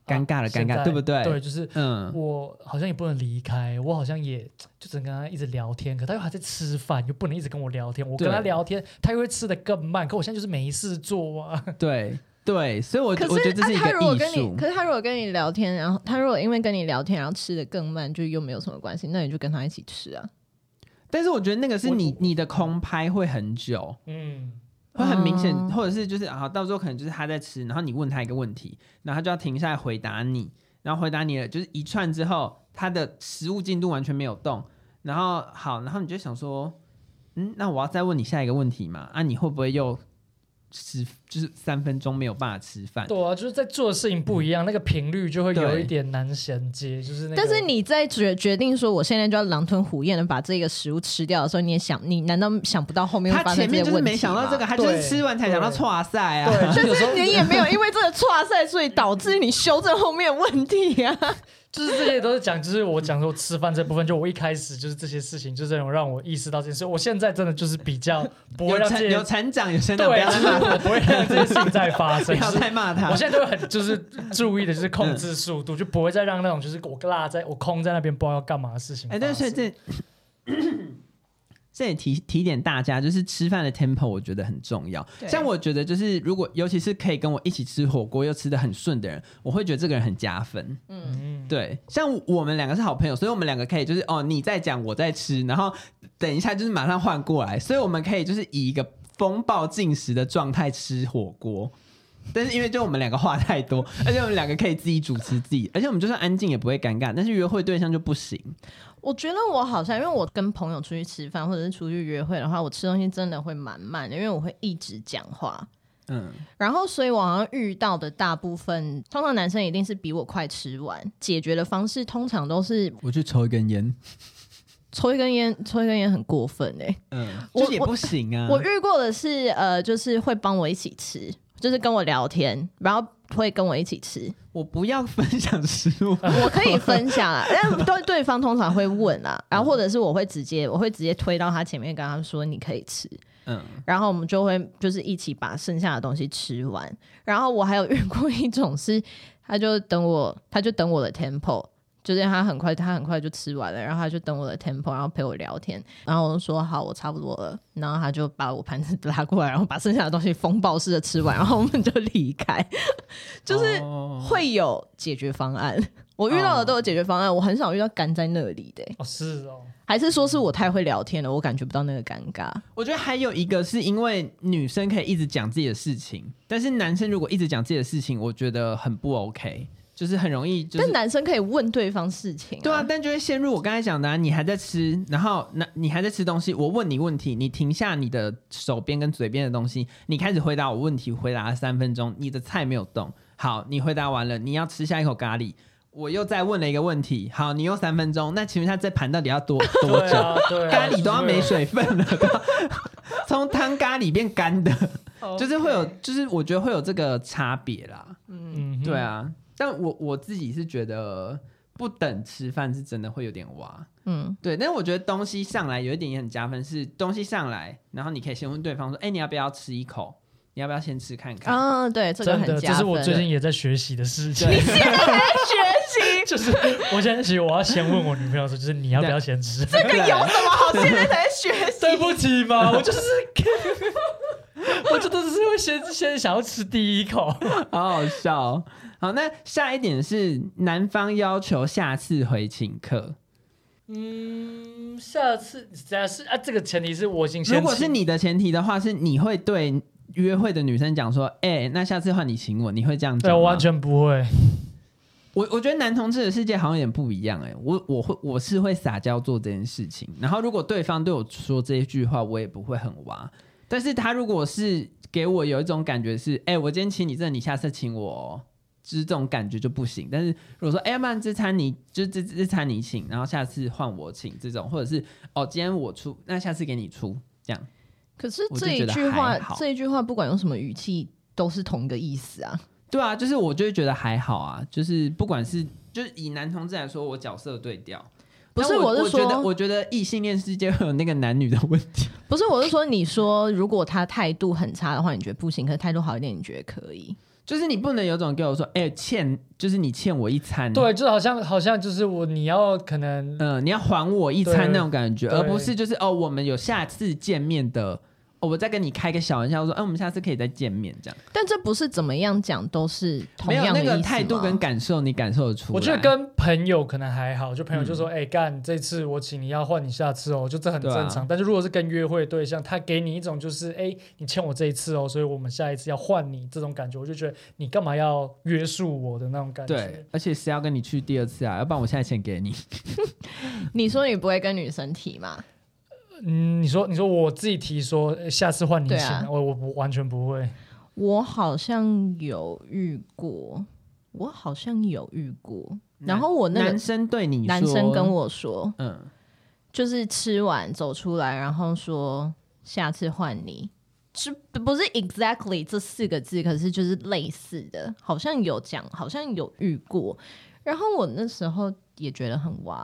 Speaker 1: 尴尬了尴
Speaker 2: 现
Speaker 1: 尬
Speaker 2: 在
Speaker 1: 对不对
Speaker 2: 对，就是
Speaker 1: 嗯，
Speaker 2: 我好像也不能离开，我好像也就只能跟他一直聊天，可他又还在吃饭，又不能一直跟我聊天。我跟
Speaker 1: 对
Speaker 2: 他聊天，他又会吃的更慢。可我现在就是没事做啊。
Speaker 1: 对。对，所以我
Speaker 3: 可
Speaker 1: 我觉得这是一
Speaker 3: 啊他如果
Speaker 1: 个
Speaker 3: 跟
Speaker 1: 艺
Speaker 3: 你，
Speaker 1: 术。
Speaker 3: 可是他如果跟你聊天，然后他如果因为跟你聊天，然后吃的更慢，就又没有什么关系，那你就跟他一起吃啊。
Speaker 1: 但是我觉得那个是
Speaker 2: 我
Speaker 1: 你你的空拍会很久，
Speaker 2: 嗯，
Speaker 1: 会很明显，
Speaker 3: 哦
Speaker 1: 或者是就是啊，到时候可能就是他在吃，然后你问他一个问题，然后他就要停下来回答你，然后回答你了就是一串之后，他的食物进度完全没有动，然后好，然后你就想说，嗯，那我要再问你下一个问题嘛？啊，你会不会又吃就是三分钟没有办法吃饭？
Speaker 2: 对啊，就是在做的事情不
Speaker 1: 嗯
Speaker 2: 一样，那个频率就会有一点难衔接，就是那个。
Speaker 3: 但是你在决决定说我现在就要狼吞虎咽的把这个食物吃掉的时候，你也想，你难道想不到后面会
Speaker 1: 他
Speaker 3: 发生
Speaker 1: 前
Speaker 3: 这些
Speaker 1: 面
Speaker 3: 问题
Speaker 1: 就是没想到这个，
Speaker 3: 吗
Speaker 1: 他就是
Speaker 2: 对
Speaker 1: 吃完才想到
Speaker 2: 对
Speaker 1: 哇塞啊，
Speaker 2: 对， 就是有时候
Speaker 3: 但是你也没有 因为这个岔赛，所以导致你修正后面的问题啊。
Speaker 2: 就是这些都是讲，就是我讲说吃饭这部分，就我一开始就是这些事情，就是有让我意识到这件事。我现在真的就是 比较不会
Speaker 1: 有
Speaker 2: 让这
Speaker 1: 成
Speaker 2: 些
Speaker 1: 有成长有成长，不
Speaker 2: 对，
Speaker 1: 要再
Speaker 2: 就是
Speaker 1: 骂他
Speaker 2: 我不会让这些事情再 发
Speaker 1: 不
Speaker 2: 生。
Speaker 1: 要
Speaker 2: 就是
Speaker 1: 再骂他嗯
Speaker 2: 我。现在都会很就是注意的，就是控制速度，就不会再让那种就是我落在我空在那边不知道要干嘛的事情发
Speaker 1: 哎，
Speaker 2: 生。
Speaker 1: 但是这这也提提点大家，就是吃饭的 tempo 我觉得很重要。
Speaker 3: 对
Speaker 1: 像我觉得就是如果尤其是可以跟我一起吃火锅又吃的很顺的人，我会觉得这个人很加分。
Speaker 2: 嗯，
Speaker 1: 对，像我们两个是好朋友，所以我们两个可以就是哦你在讲我在吃，然后等一下就是马上换过来，所以我们可以就是以一个风暴进食的状态吃火锅。但是因为就我们两个话太多，而且我们两个可以自己主持自己，而且我们就算安静也不会尴尬，但是约会对象就不行。
Speaker 3: 我觉得我好像，因为我跟朋友出去吃饭或者是出去约会的话，我吃东西真的会蛮慢的，因为我会一直讲话。
Speaker 1: 嗯，
Speaker 3: 然后，所以我好像遇到的大部分，通常男生一定是比我快吃完。解决的方式通常都是
Speaker 1: 我去抽一根烟。
Speaker 3: 抽一根烟，抽一根烟很过分哎、
Speaker 1: 嗯，
Speaker 3: 我
Speaker 1: 就也不行啊。
Speaker 3: 我遇过的是，呃，就是会帮我一起吃，就是跟我聊天，然后会跟我一起吃。
Speaker 1: 我不要分享食 物。
Speaker 3: 我可以分享啊， 但对对方通常会问啊，然后或者是我会直接，我会直接推到他前面，跟他说你可以吃。
Speaker 1: 嗯，
Speaker 3: 然后我们就会就是一起把剩下的东西吃完。 然后我还有遇过一种是，他就等我，他就等我的 tempo，就是他很快，他很快就吃完了，然后他就等我的 tempo，然后陪我聊天。然后我就说好，我差不多了。然后他就把我盘子拉过来，然后把剩下的东西风暴式的吃完，然后我们就离开。 就是
Speaker 1: 哦
Speaker 3: 会有解决方案， 我遇到的都有解决方
Speaker 1: 哦
Speaker 3: 案，我很少遇到干在那里的、欸
Speaker 2: 哦是哦，
Speaker 3: 还是说是我太会聊天了，我感觉不到那个尴尬。
Speaker 1: 我觉得还有一个是因为女生可以一直讲自己的事情，但是男生如果一直讲自己的事情，我觉得很不 OK，就是很容易就是
Speaker 3: 但。男生可以问对方事情、
Speaker 1: 对啊，，但就会陷入我刚才讲的、啊，你还在吃，然后那你还在吃东西，我问你问题，你停下你的手边跟嘴边的东西，你开始回答我问题，回答了三分钟，你的菜没有动，好，你回答完了，你要吃下一口咖喱，我又再问了一个问题，好，你又三分钟，那请问一下这盘到底要多多
Speaker 2: 对
Speaker 1: 久？
Speaker 2: 啊， 对啊，
Speaker 1: 咖喱都要没
Speaker 2: 是
Speaker 1: 水分了，都 要从汤咖喱变干的，就是会有，就是我觉得会有这个差别啦。
Speaker 2: 嗯，
Speaker 1: 对，啊，但我我自己是觉得不等吃饭是真的会有点哇。
Speaker 3: 嗯，
Speaker 1: 对，但是我觉得东西上来有一点也很加分，是东西上来，然后你可以先问对方说：“哎、你要不要吃一口？你要不要先吃看看？”
Speaker 3: 啊，对，这个
Speaker 2: 真
Speaker 3: 很
Speaker 2: 的，
Speaker 3: 加
Speaker 2: 这
Speaker 3: 分。欸
Speaker 2: 是我最近也在学习的事情。
Speaker 3: 学习
Speaker 2: 就是我现在其实我要先问我女朋友说，就是你要不要先吃？
Speaker 3: 这个有
Speaker 1: 欸
Speaker 3: 什么好？现在才学 习。
Speaker 2: 对不起 嘛，我就是，我就都是会先先想要吃第一口。
Speaker 1: 好好笑哦、好，那下一点是男方要求下次回请客。
Speaker 2: 嗯，下次下次啊，这个前提是我已经先
Speaker 1: 如果是
Speaker 2: 请
Speaker 1: 你的前提的话，是你会对约会的女生讲说：“哎、那下次换你请我。”你会这样讲嗯
Speaker 2: 对，
Speaker 1: 吗？
Speaker 2: 我完全不会。
Speaker 1: 我我觉得男同志的世界好像有点不一样哎、我我会我是会撒娇做这件事情，然后如果对方对我说这一句话，我也不会很哇。但是他如果是给我有一种感觉是，哎、我今天请你这，你下次请我、哦，就是这种感觉就不行。但是如果说，哎、要不然这餐你就这这餐你请，然后下次换我请这种，或者是哦，今天我出，那下次给你出，这样
Speaker 3: 可是
Speaker 1: 我就
Speaker 3: 这一
Speaker 1: 觉得
Speaker 3: 句
Speaker 1: 还
Speaker 3: 话
Speaker 1: 好，
Speaker 3: 这一句话不管用什么语气，都是同一个意思啊。
Speaker 1: 对啊，就是我就会觉得还好啊，就是不管是就是以男同志来说，我角色对调。
Speaker 3: 不是
Speaker 1: 但我
Speaker 3: 我是
Speaker 1: 觉得
Speaker 3: 说
Speaker 1: 我觉得异性恋世界会有那个男女的问题。
Speaker 3: 不是，我是说，你说如果他态度很差的话，你觉得不行；可是态度好一点，你觉得可以。
Speaker 1: 就是你不能有种给我说，哎、欠，就是你欠我一餐，，
Speaker 2: 对，就好像好像就是我你要可能
Speaker 1: 嗯、你要还我一餐
Speaker 2: 对
Speaker 1: 那种感觉，
Speaker 2: 对
Speaker 1: 而不是就是哦，我们有下次见面的哦我再跟你开个小玩笑，说，哎、我们下次可以再见面这样。
Speaker 3: 但这不是怎么样讲都是同
Speaker 1: 没有
Speaker 3: 样的
Speaker 1: 那
Speaker 3: 意思吗
Speaker 1: 个态度跟感受，你感受得出来。
Speaker 2: 我觉得跟朋友可能还好，就朋友就说：“
Speaker 1: 嗯
Speaker 2: 哎、干，这次我请你要换你下次哦。”就这很
Speaker 1: 对啊
Speaker 2: 正常。但是如果是跟约会对象，他给你一种就是：“哎、你欠我这一次哦，所以我们下一次要换你。”这种感觉，我就觉得你干嘛要约束我的那种感觉？
Speaker 1: 对，而且是要跟你去第二次啊，要不然我现在钱给你。
Speaker 3: 你说你不会跟女生提吗？
Speaker 2: 嗯，你说你说我自己提说哎下次换你
Speaker 3: 对
Speaker 2: 请，
Speaker 3: 啊
Speaker 2: 我我不完全不会。
Speaker 3: 我好像有遇过，我好像有遇过。然后我那
Speaker 1: 男
Speaker 3: 个
Speaker 1: 生对你说，
Speaker 3: 男生跟，我说，
Speaker 1: 嗯，
Speaker 3: 就是吃完走出来，然后说下次换你，是不是 exactly 这四个字？可是就是类似的，好像有讲，好像有遇过。然后我那时候也觉得很哇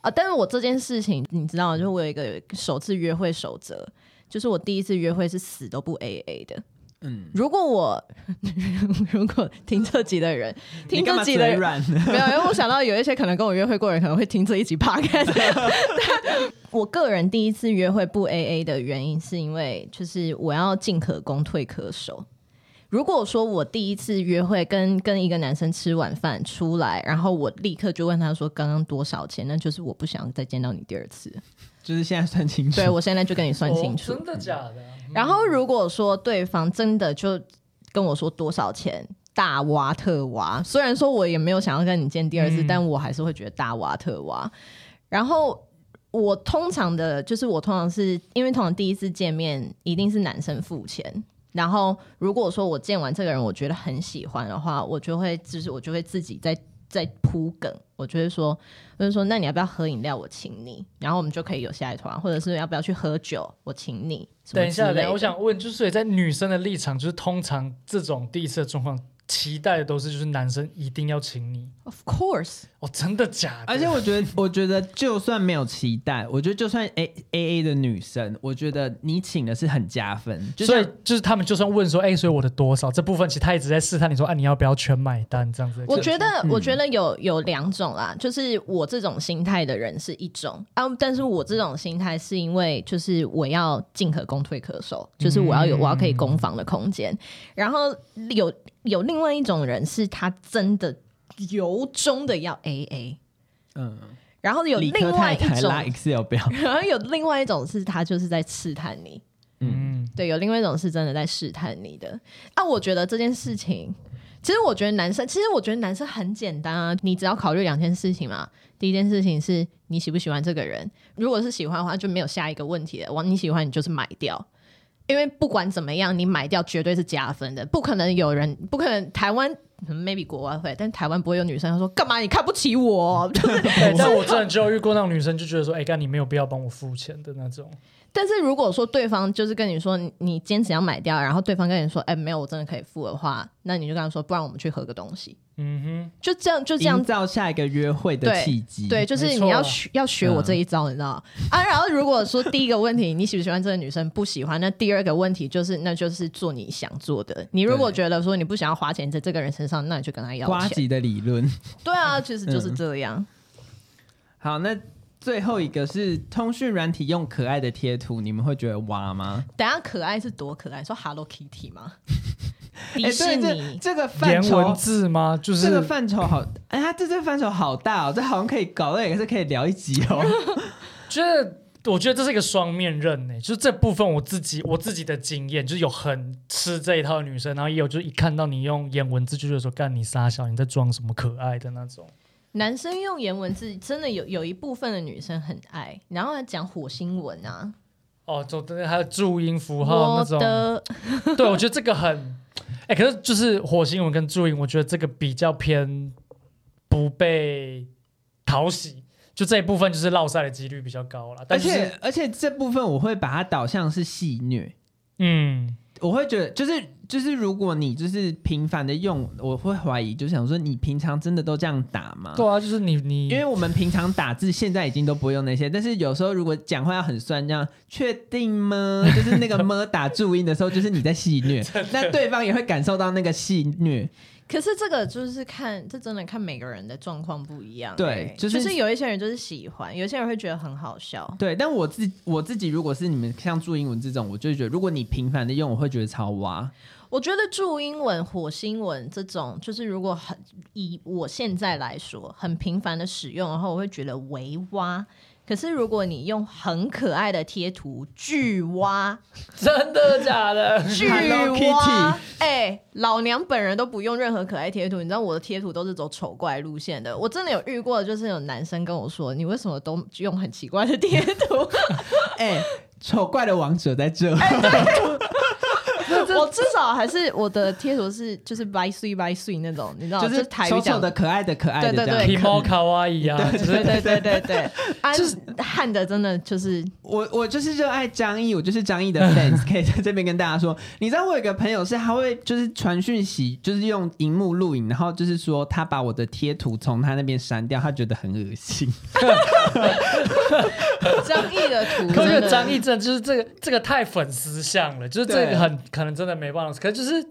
Speaker 3: 啊！但是我这件事情你知道吗，就是我有一个首次约会守则，就是我第一次约会是死都不 A A 的。嗯，如果我 如果听这集的人，
Speaker 1: 你
Speaker 3: 听
Speaker 1: 干
Speaker 3: 这
Speaker 1: 嘛
Speaker 3: 集的
Speaker 1: 嘴
Speaker 3: 人，
Speaker 1: 软？
Speaker 3: 没有，因为我想到有一些可能跟我约会过的人可能会听这一集 podcast。但我个人第一次约会不 A A 的原因，是因为就是我要进可攻退可守。如果说我第一次约会跟跟一个男生吃晚饭出来，然后我立刻就问他说刚刚多少钱，那就是我不想再见到你第二次。
Speaker 1: 就是现在算清楚。
Speaker 3: 对我现在就跟你算清楚。
Speaker 2: 哦真的假的？
Speaker 3: 然
Speaker 2: 嗯
Speaker 3: 后如果说对方真的就跟我说多少钱，大挖特挖，虽然说我也没有想要跟你见第二次，
Speaker 2: 嗯
Speaker 3: 但我还是会觉得大挖特挖。然后我通常的就是我通常是因为通常第一次见面一定是男生付钱。然后，如果说我见完这个人，我觉得很喜欢的话，我就会就是我就会自己再再铺梗，我就会说，我就说那你要不要喝饮料，我请你，然后我们就可以有下一团，或者是要不要去喝酒，我请你。什么
Speaker 2: 等一下，
Speaker 3: 之类
Speaker 2: 等一下，
Speaker 3: 的
Speaker 2: 我想问，就是所以在女生的立场，就是通常这种第一次的状况，期待的都是就是男生一定要请你。
Speaker 3: Of course，
Speaker 2: 哦，真的
Speaker 3: 啊
Speaker 2: 假的？
Speaker 1: 而且我觉得，我觉得就算没有期待，我觉得就算 A A A 的女生，我觉得你请的是很加分。就
Speaker 2: 所以
Speaker 1: 像
Speaker 2: 就是他们就算问说，哎、所以我的多少这部分，其实他一直在试探你说，啊，你要不要全买单这样子的感？
Speaker 3: 我觉得，
Speaker 1: 嗯
Speaker 3: 我觉得有有两种啦，就是我这种心态的人是一种啊，但是我这种心态是因为就是我要进可攻退可守，就是我要有我要可以
Speaker 1: 嗯
Speaker 3: 攻防的空间。然后有有另外一种人是他真的由衷的要 A A，
Speaker 1: 嗯，
Speaker 3: 然后有
Speaker 1: 理科
Speaker 3: 另
Speaker 1: 太
Speaker 3: 外一
Speaker 1: 太
Speaker 3: 种，
Speaker 1: 拉 Excel 表，
Speaker 3: 然后有另外一种是他就是在试探你，
Speaker 2: 嗯，
Speaker 3: 对，有另外一种是真的在试探你的。啊，我觉得这件事情，其实我觉得男生，其实我觉得男生很简单啊，你只要考虑两件事情嘛。第一件事情是你喜不喜欢这个人，如果是喜欢的话，就没有下一个问题了。往你喜欢，你就是买掉。因为不管怎么样，你买掉绝对是加分的，不可能有人，不可能台湾、嗯 maybe 国外会，但台湾不会有女生说干嘛你看不起我，就是
Speaker 2: 哎但我真的就遇过那种女生，就觉得说，哎、干你没有必要帮我付钱的那种。
Speaker 3: 但是如果说对方就是跟你说你你坚持要买掉，然后对方跟你说哎、没有我真的可以付的话，那你就跟他说不然我们去喝个东西，
Speaker 2: 嗯
Speaker 3: 就这样就这样
Speaker 1: 营造下一个约会的
Speaker 3: 对
Speaker 1: 契机。
Speaker 3: 对，就是
Speaker 1: 啊
Speaker 2: 没错
Speaker 3: 你要学要学我这一招，你知道吗啊？然后如果说第一个问题你喜不喜欢这个女生，不喜欢，那第二个问题就是那就是做你想做的。你如果
Speaker 1: 对
Speaker 3: 觉得说你不想要花钱在这个人身上，那你就跟他要
Speaker 1: 瓜嗯
Speaker 3: 钱。
Speaker 1: 吉的理论。
Speaker 3: 对啊，其实就是这样。
Speaker 1: 好，那最后一个是通讯软体用可爱的贴图，你们会觉得哇吗？
Speaker 3: 等一下可爱是多可爱，说 Hello Kitty 吗？
Speaker 1: 哎
Speaker 3: 迪士
Speaker 1: 对这
Speaker 3: 尼。
Speaker 1: 这个
Speaker 2: 哼，
Speaker 1: 范
Speaker 2: 颜文
Speaker 1: 畴。
Speaker 2: 字吗？就
Speaker 1: 这
Speaker 2: 是
Speaker 1: 个范畴好，哎，它这这个范畴好大哦，这好像可以搞到也是可以聊一集哦。
Speaker 2: 觉得。我觉得这是一个双面刃呢、就是这部分我自己我自己的经验，就是有很吃这一套的女生，然后也有就是一看到你用颜文字就觉得说干你傻小，你在装什么可爱的那种。
Speaker 3: 男生用颜文字真的有有一部分的女生很爱，然后还讲火星文啊，
Speaker 2: 哦，总之还有注音符号那
Speaker 3: 我
Speaker 2: 种。
Speaker 3: 的
Speaker 2: 对，我觉得这个很，哎、可是就是火星文跟注音，我觉得这个比较偏不被讨喜，就这一部分就是落赛的几率比较高啦。
Speaker 1: 而
Speaker 2: 但
Speaker 1: 且
Speaker 2: 是，
Speaker 1: 而且这部分我会把它导向是戏虐，
Speaker 2: 嗯，
Speaker 1: 我会觉得就是就是，如果你就是频繁的用，我会怀疑，就想说你平常真的都这样打吗？
Speaker 2: 对啊，就是你
Speaker 1: 因 为
Speaker 2: 你
Speaker 1: 我们平常打字现在已经都不会用那些，但是有时候如果讲话要很酸，这样确定 吗？就是那个么打注音的时候，就是你在戏虐，那对方也会感受到那个戏虐。
Speaker 3: 可是这个就是看，这真的看每个人的状况不一样欸、
Speaker 1: 对就
Speaker 3: 就是有一些人就是喜欢，有些人会觉得很好笑。
Speaker 1: 对，但我自我自己如果是你们像注英文这种，我就会觉得如果你频繁的用，我会觉得超哇。
Speaker 3: 我觉得注英文、火星文这种，就是如果很以我现在来说很频繁的使用，然后我会觉得为蛙。可是如果你用很可爱的贴图巨蛙
Speaker 4: 真的假的？
Speaker 3: 巨
Speaker 1: Hello
Speaker 3: 蛙
Speaker 1: Kitty，
Speaker 3: 哎、老娘本人都不用任何可爱贴图，你知道我的贴图都是走丑怪路线的。我真的有遇过，就是有男生跟我说，你为什么都用很奇怪的贴 图？
Speaker 1: 哎、丑怪的王者在这，
Speaker 3: 哎我至少还是我的贴图是就是 by three by three 那种，你知道，
Speaker 1: 就
Speaker 3: 就是哦台
Speaker 1: 丑
Speaker 3: 语
Speaker 1: 丑
Speaker 3: 讲
Speaker 1: 的、。可爱的、可爱的这
Speaker 3: 对
Speaker 1: 样。
Speaker 3: 对对
Speaker 2: 皮毛卡哇伊啊，就
Speaker 3: 对
Speaker 2: 是
Speaker 3: 对对对 对，安
Speaker 2: 就是
Speaker 3: 汉的真的就是
Speaker 1: 我我就是热爱张译，我就是张 译的 fans，可以在这边跟大家说，你知道我有个朋友是他会就是传讯息，就是用荧幕录影，然后就是说他把我的贴图从他那边删掉，他觉得很恶 心。
Speaker 3: 张译的图，
Speaker 2: 可是我觉
Speaker 3: 真
Speaker 2: 得
Speaker 3: 的
Speaker 2: 张艺正就是这个这个太粉丝像了，就是这
Speaker 1: 对
Speaker 2: 个很可能真的没办法，可是就是。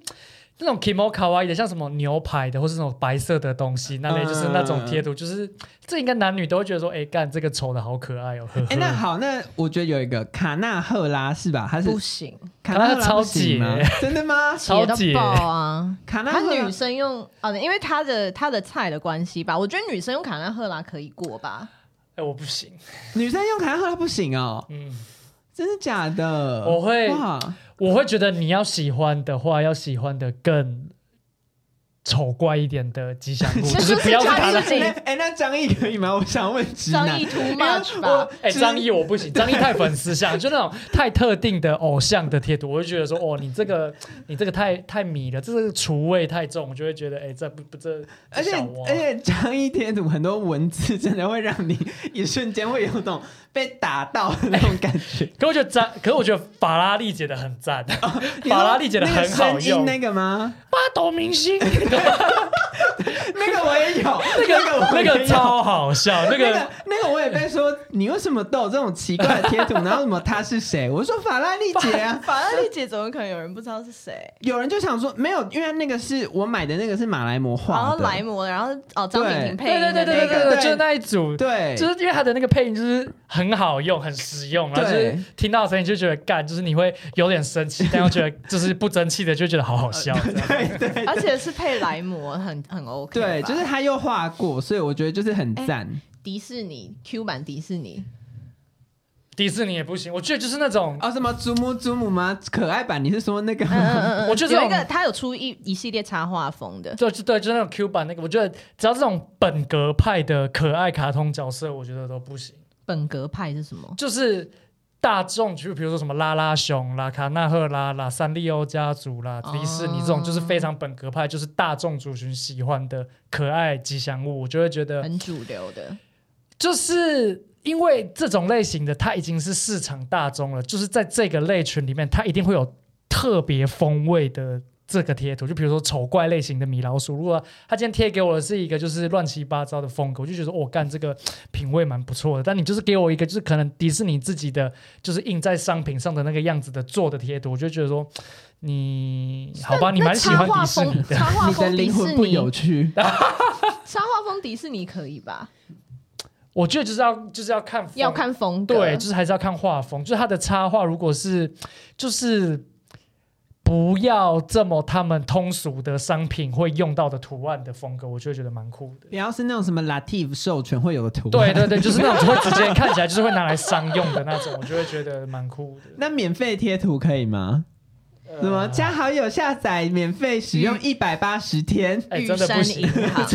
Speaker 2: 那种 kimo 卡哇伊的，像什么牛排的，或是那种白色的东西，那类就是那种贴图，就是这应该男女都会觉得说，哎、干这个丑的好可爱哦。呵呵
Speaker 1: 哎、那好，那我觉得有一个卡纳赫拉是吧？他是
Speaker 3: 不行，
Speaker 1: 卡纳赫
Speaker 2: 卡纳赫
Speaker 1: 拉
Speaker 2: 超
Speaker 1: 不行吗
Speaker 2: 解？
Speaker 1: 真的吗？
Speaker 2: 超
Speaker 3: 到
Speaker 2: 解
Speaker 3: 爆 啊！
Speaker 1: 卡纳
Speaker 3: 他
Speaker 1: 赫拉
Speaker 3: 女生用啊，因为他的他的菜的关系吧，我觉得女生用卡纳赫拉可以过吧。
Speaker 2: 哎、我不行，
Speaker 1: 女生用卡纳赫拉不行哦，
Speaker 2: 嗯，
Speaker 1: 真的假的？
Speaker 2: 我会
Speaker 1: 哇，
Speaker 2: 我会觉得你要喜欢的话，要喜欢的更丑怪一点的吉 祥物，
Speaker 3: 这
Speaker 2: 就是不要
Speaker 3: 就是
Speaker 2: 是他
Speaker 3: 张
Speaker 1: 那
Speaker 2: 的
Speaker 3: 艺。自己
Speaker 1: 哎、那张译可以吗？我想问直
Speaker 3: 张
Speaker 1: 男
Speaker 3: 译 too
Speaker 1: 因
Speaker 3: much
Speaker 1: 为我
Speaker 3: 吧，
Speaker 2: 哎，
Speaker 1: 就是
Speaker 2: 张译我不行，张译太粉丝像，就那种太特定的偶像的贴图，我就觉得说，哦，你这个你这个太太迷了，这个厨味太重，我就会觉得，哎，这不不这，
Speaker 1: 而且
Speaker 2: 这小窝
Speaker 1: 而且张一贴图很多文字真的会让你一瞬间会有种被打到的那种感觉。
Speaker 2: 可我觉得张，可我觉得法拉利姐的很赞，
Speaker 1: 哦你
Speaker 2: 法拉
Speaker 1: 说
Speaker 2: 利姐的
Speaker 1: 那个
Speaker 2: 很好
Speaker 1: 声音
Speaker 2: 用，
Speaker 1: 那个吗？
Speaker 2: 八斗 明星
Speaker 1: 那个我也有，那
Speaker 2: 那个
Speaker 1: 我
Speaker 2: 那
Speaker 1: 也
Speaker 2: 个
Speaker 1: 有
Speaker 2: 超好笑， 那
Speaker 1: 那
Speaker 2: 个
Speaker 1: 个那个我也被说你为什么都有这种奇怪的贴图，然后什么他是谁？我说法拉利姐啊。
Speaker 3: 法拉利姐怎么可能有人不知道是谁？
Speaker 1: 有人就想说没有，因为那个是我买的，那个是马来模
Speaker 3: 然
Speaker 1: 画
Speaker 3: 后
Speaker 1: 的，
Speaker 3: 莱摩的，然后哦张
Speaker 1: 对
Speaker 3: 婷婷配
Speaker 2: 对
Speaker 3: 音的
Speaker 2: 对对对对
Speaker 3: 那
Speaker 2: 对
Speaker 3: 个
Speaker 1: 对
Speaker 2: 对，就是那一组。
Speaker 1: 对，
Speaker 2: 就是因为它的那个配音就是很好用、很实用，然后就
Speaker 1: 对
Speaker 2: 是听到声音就觉得干，就是你会有点生气，但又觉得就是不争气的，就觉得好好笑。这样
Speaker 1: 对对对
Speaker 3: 而且是配莱摩，很很 OK 吧。
Speaker 1: 对，就是他又画过，所以我觉得就是很
Speaker 3: 哎
Speaker 1: 赞。
Speaker 3: 迪士尼 Q 版迪士尼，
Speaker 2: 迪士尼也不行，我觉得就是那种，
Speaker 1: 哦，什么祖母祖母吗？可爱版？你是说那个吗？
Speaker 3: 嗯嗯嗯嗯，
Speaker 2: 我觉得这
Speaker 3: 有
Speaker 2: 种
Speaker 3: 一个他有出一一系列插画风的，
Speaker 2: 就就对，就那种 Q 版那个，我觉得只要这种本格派的可爱卡通角色，我觉得都不行。
Speaker 3: 本格派是什么？
Speaker 2: 就是大众，就比如说什么拉拉熊啦、卡纳赫拉啦、三丽鸥家族啦、
Speaker 3: 哦
Speaker 2: 迪士尼这种，就是非常本格派，就是大众族群喜欢的可爱吉祥物，我就会觉得
Speaker 3: 很主流的，
Speaker 2: 就是因为这种类型的，它已经是市场大众了，就是在这个类群里面，它一定会有特别风味的。这个贴图，就比如说丑怪类型的米老鼠，如果他今天贴给我的是一个就是乱七八糟的风格，我就觉得我、哦、干这个品味蛮不错的。但你就是给我一个就是可能迪士尼自己的，就是印在商品上的那个样子的做的贴图，我就觉得说你好吧，你蛮喜欢迪士尼
Speaker 3: 那
Speaker 2: 的，
Speaker 3: 插画
Speaker 1: 你的
Speaker 3: 风迪
Speaker 1: 灵
Speaker 3: 士
Speaker 1: 魂不有
Speaker 3: 尼，
Speaker 1: 趣。
Speaker 3: 插画风迪士尼可以吧？
Speaker 2: 我觉得就是要就是要看风
Speaker 3: 要看风格，
Speaker 2: 对，就是还是要看画风，就是他的插画，如果是就是不要这么他们通俗的商品会用到的图案的风格，我就会觉得蛮酷的。
Speaker 1: 不要是那种什么 Latif 授权会有的图。
Speaker 2: 对。 对对，就是那种会直接看起来就是会拿来商用的那种，我就会觉得蛮酷的。
Speaker 1: 那免费贴图可以吗？
Speaker 2: 呃
Speaker 1: 什么加好友下载免费使
Speaker 3: 嗯
Speaker 1: 用一百八十天？
Speaker 2: 哎、
Speaker 3: 玉
Speaker 2: 真的不
Speaker 3: 山
Speaker 2: 行
Speaker 3: 银。行，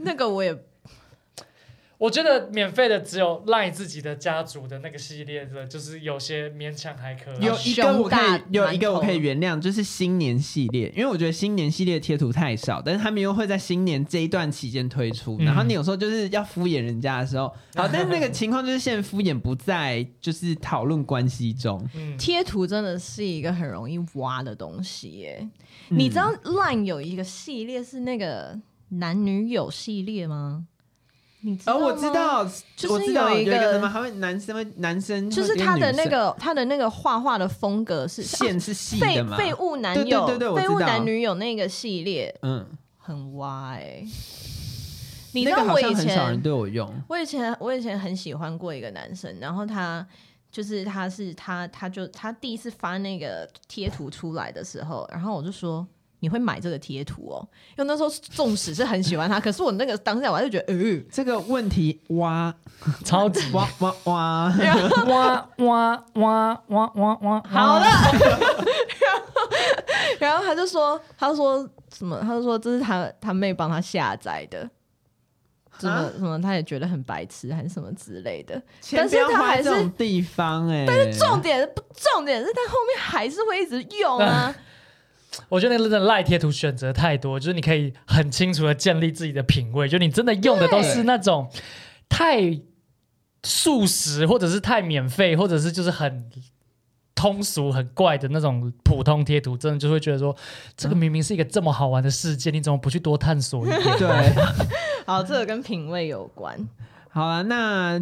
Speaker 3: 那个我也
Speaker 2: 我觉得免费的只有赖自己的家族的那个系列的，就是有些勉强还可以。
Speaker 1: 有一个我可
Speaker 3: 嗯胸大
Speaker 1: 以有一
Speaker 3: 馒
Speaker 1: 个
Speaker 3: 头
Speaker 1: 我可以原谅，就是新年系列，因为我觉得新年系列贴图太少，但是他们又会在新年这一段期间推出，
Speaker 2: 嗯
Speaker 1: 然后你有时候就是要敷衍人家的时候，好，但是那个情况就是现在敷衍不在就是讨论关系中，
Speaker 2: 嗯，
Speaker 3: 贴图真的是一个很容易挖的东西耶。
Speaker 1: 嗯
Speaker 3: 你知道 LINE 有一个系列是那个男女友系列吗？你知
Speaker 1: 哦，
Speaker 3: 道
Speaker 1: 我知
Speaker 3: 吗，
Speaker 1: 道，
Speaker 3: 就是
Speaker 1: 我知道
Speaker 3: 有
Speaker 1: 有
Speaker 3: 一
Speaker 1: 一
Speaker 3: 个
Speaker 1: 个什么，还会男生会男生，
Speaker 3: 就是他的那个他的那个画画的风格是啊
Speaker 1: 线是细
Speaker 3: 废
Speaker 1: 的嘛，
Speaker 3: 废物男友，
Speaker 1: 对对对对我知
Speaker 3: 废
Speaker 1: 道
Speaker 3: 物男女友那个系列
Speaker 1: 嗯，
Speaker 3: 很歪、你知
Speaker 1: 那
Speaker 3: 道
Speaker 1: 个好
Speaker 3: 我以
Speaker 1: 像很少人
Speaker 3: 前，
Speaker 1: 对我用，
Speaker 3: 我以前，我以前很喜欢过一个男生，然后他就是他是他他就他第一次发那个贴图出来的时候，然后我就说。你会买这个贴图哦？因为那时候纵使是很喜欢他，可是我那个当下我还是觉得，呃，
Speaker 1: 这个问题 哇
Speaker 2: 超级
Speaker 1: 哇哇哇，
Speaker 3: 然后
Speaker 2: 哇哇哇哇哇哇！
Speaker 3: 好了，然后他就说，他说什么？他就说这是他他妹帮他下载的，什么
Speaker 1: 啊嗯
Speaker 3: 什么，他也觉得很白痴，还是什么之类的。
Speaker 1: 钱
Speaker 3: 但是
Speaker 1: 不要
Speaker 3: 他
Speaker 1: 花在
Speaker 3: 还是
Speaker 1: 这种地方哎，
Speaker 3: 重点不重点是他后面还是会一直用啊，
Speaker 2: 我觉得那个真的赖贴图选择太多，就是你可以很清楚的建立自己的品味，就你真的用的都是那种太素食，或者是太免费，或者是就是很。通俗很怪的那种普通贴图，真的就会觉得说，这个明明是一个这么好玩的世界，你怎么不去多探索一点？
Speaker 1: 对，
Speaker 3: 好，这个跟品味有关。
Speaker 1: 好了，那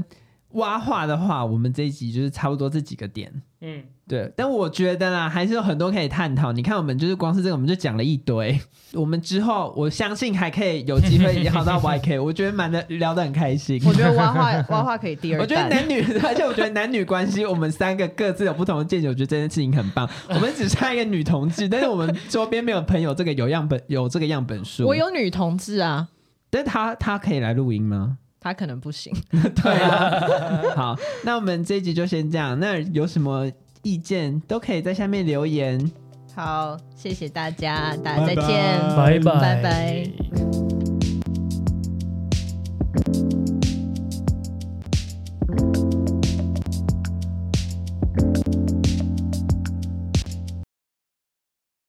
Speaker 1: 挖话的话，我们这一集就是差不多这几个点。
Speaker 2: 嗯，
Speaker 1: 对，但我觉得啦，还是有很多可以探讨。你看，我们就是光是这个，我们就讲了一堆。我们之后，我相信还可以有机会聊 到 YK，我觉得蛮的聊得很开心。
Speaker 3: 我觉得挖话挖话可以第
Speaker 1: 我
Speaker 3: 二
Speaker 1: 觉得
Speaker 3: 弹，
Speaker 1: 男女， 而且我觉得男女关系，我们三个各自有不同的见解，我觉得这件事情很棒。我们只差一个女同志，但是我们周边没有朋友这个有样本有这个样本书。
Speaker 3: 我，有女同志啊，
Speaker 1: 但是他他可以来录音 吗？
Speaker 3: 她可能不行。
Speaker 1: 对啊。 好，那我们这一集就先这样。那有什么意见都可以在下面留言。
Speaker 3: 好，谢谢大家，大家再见，
Speaker 2: 拜
Speaker 3: 拜拜。
Speaker 2: 拜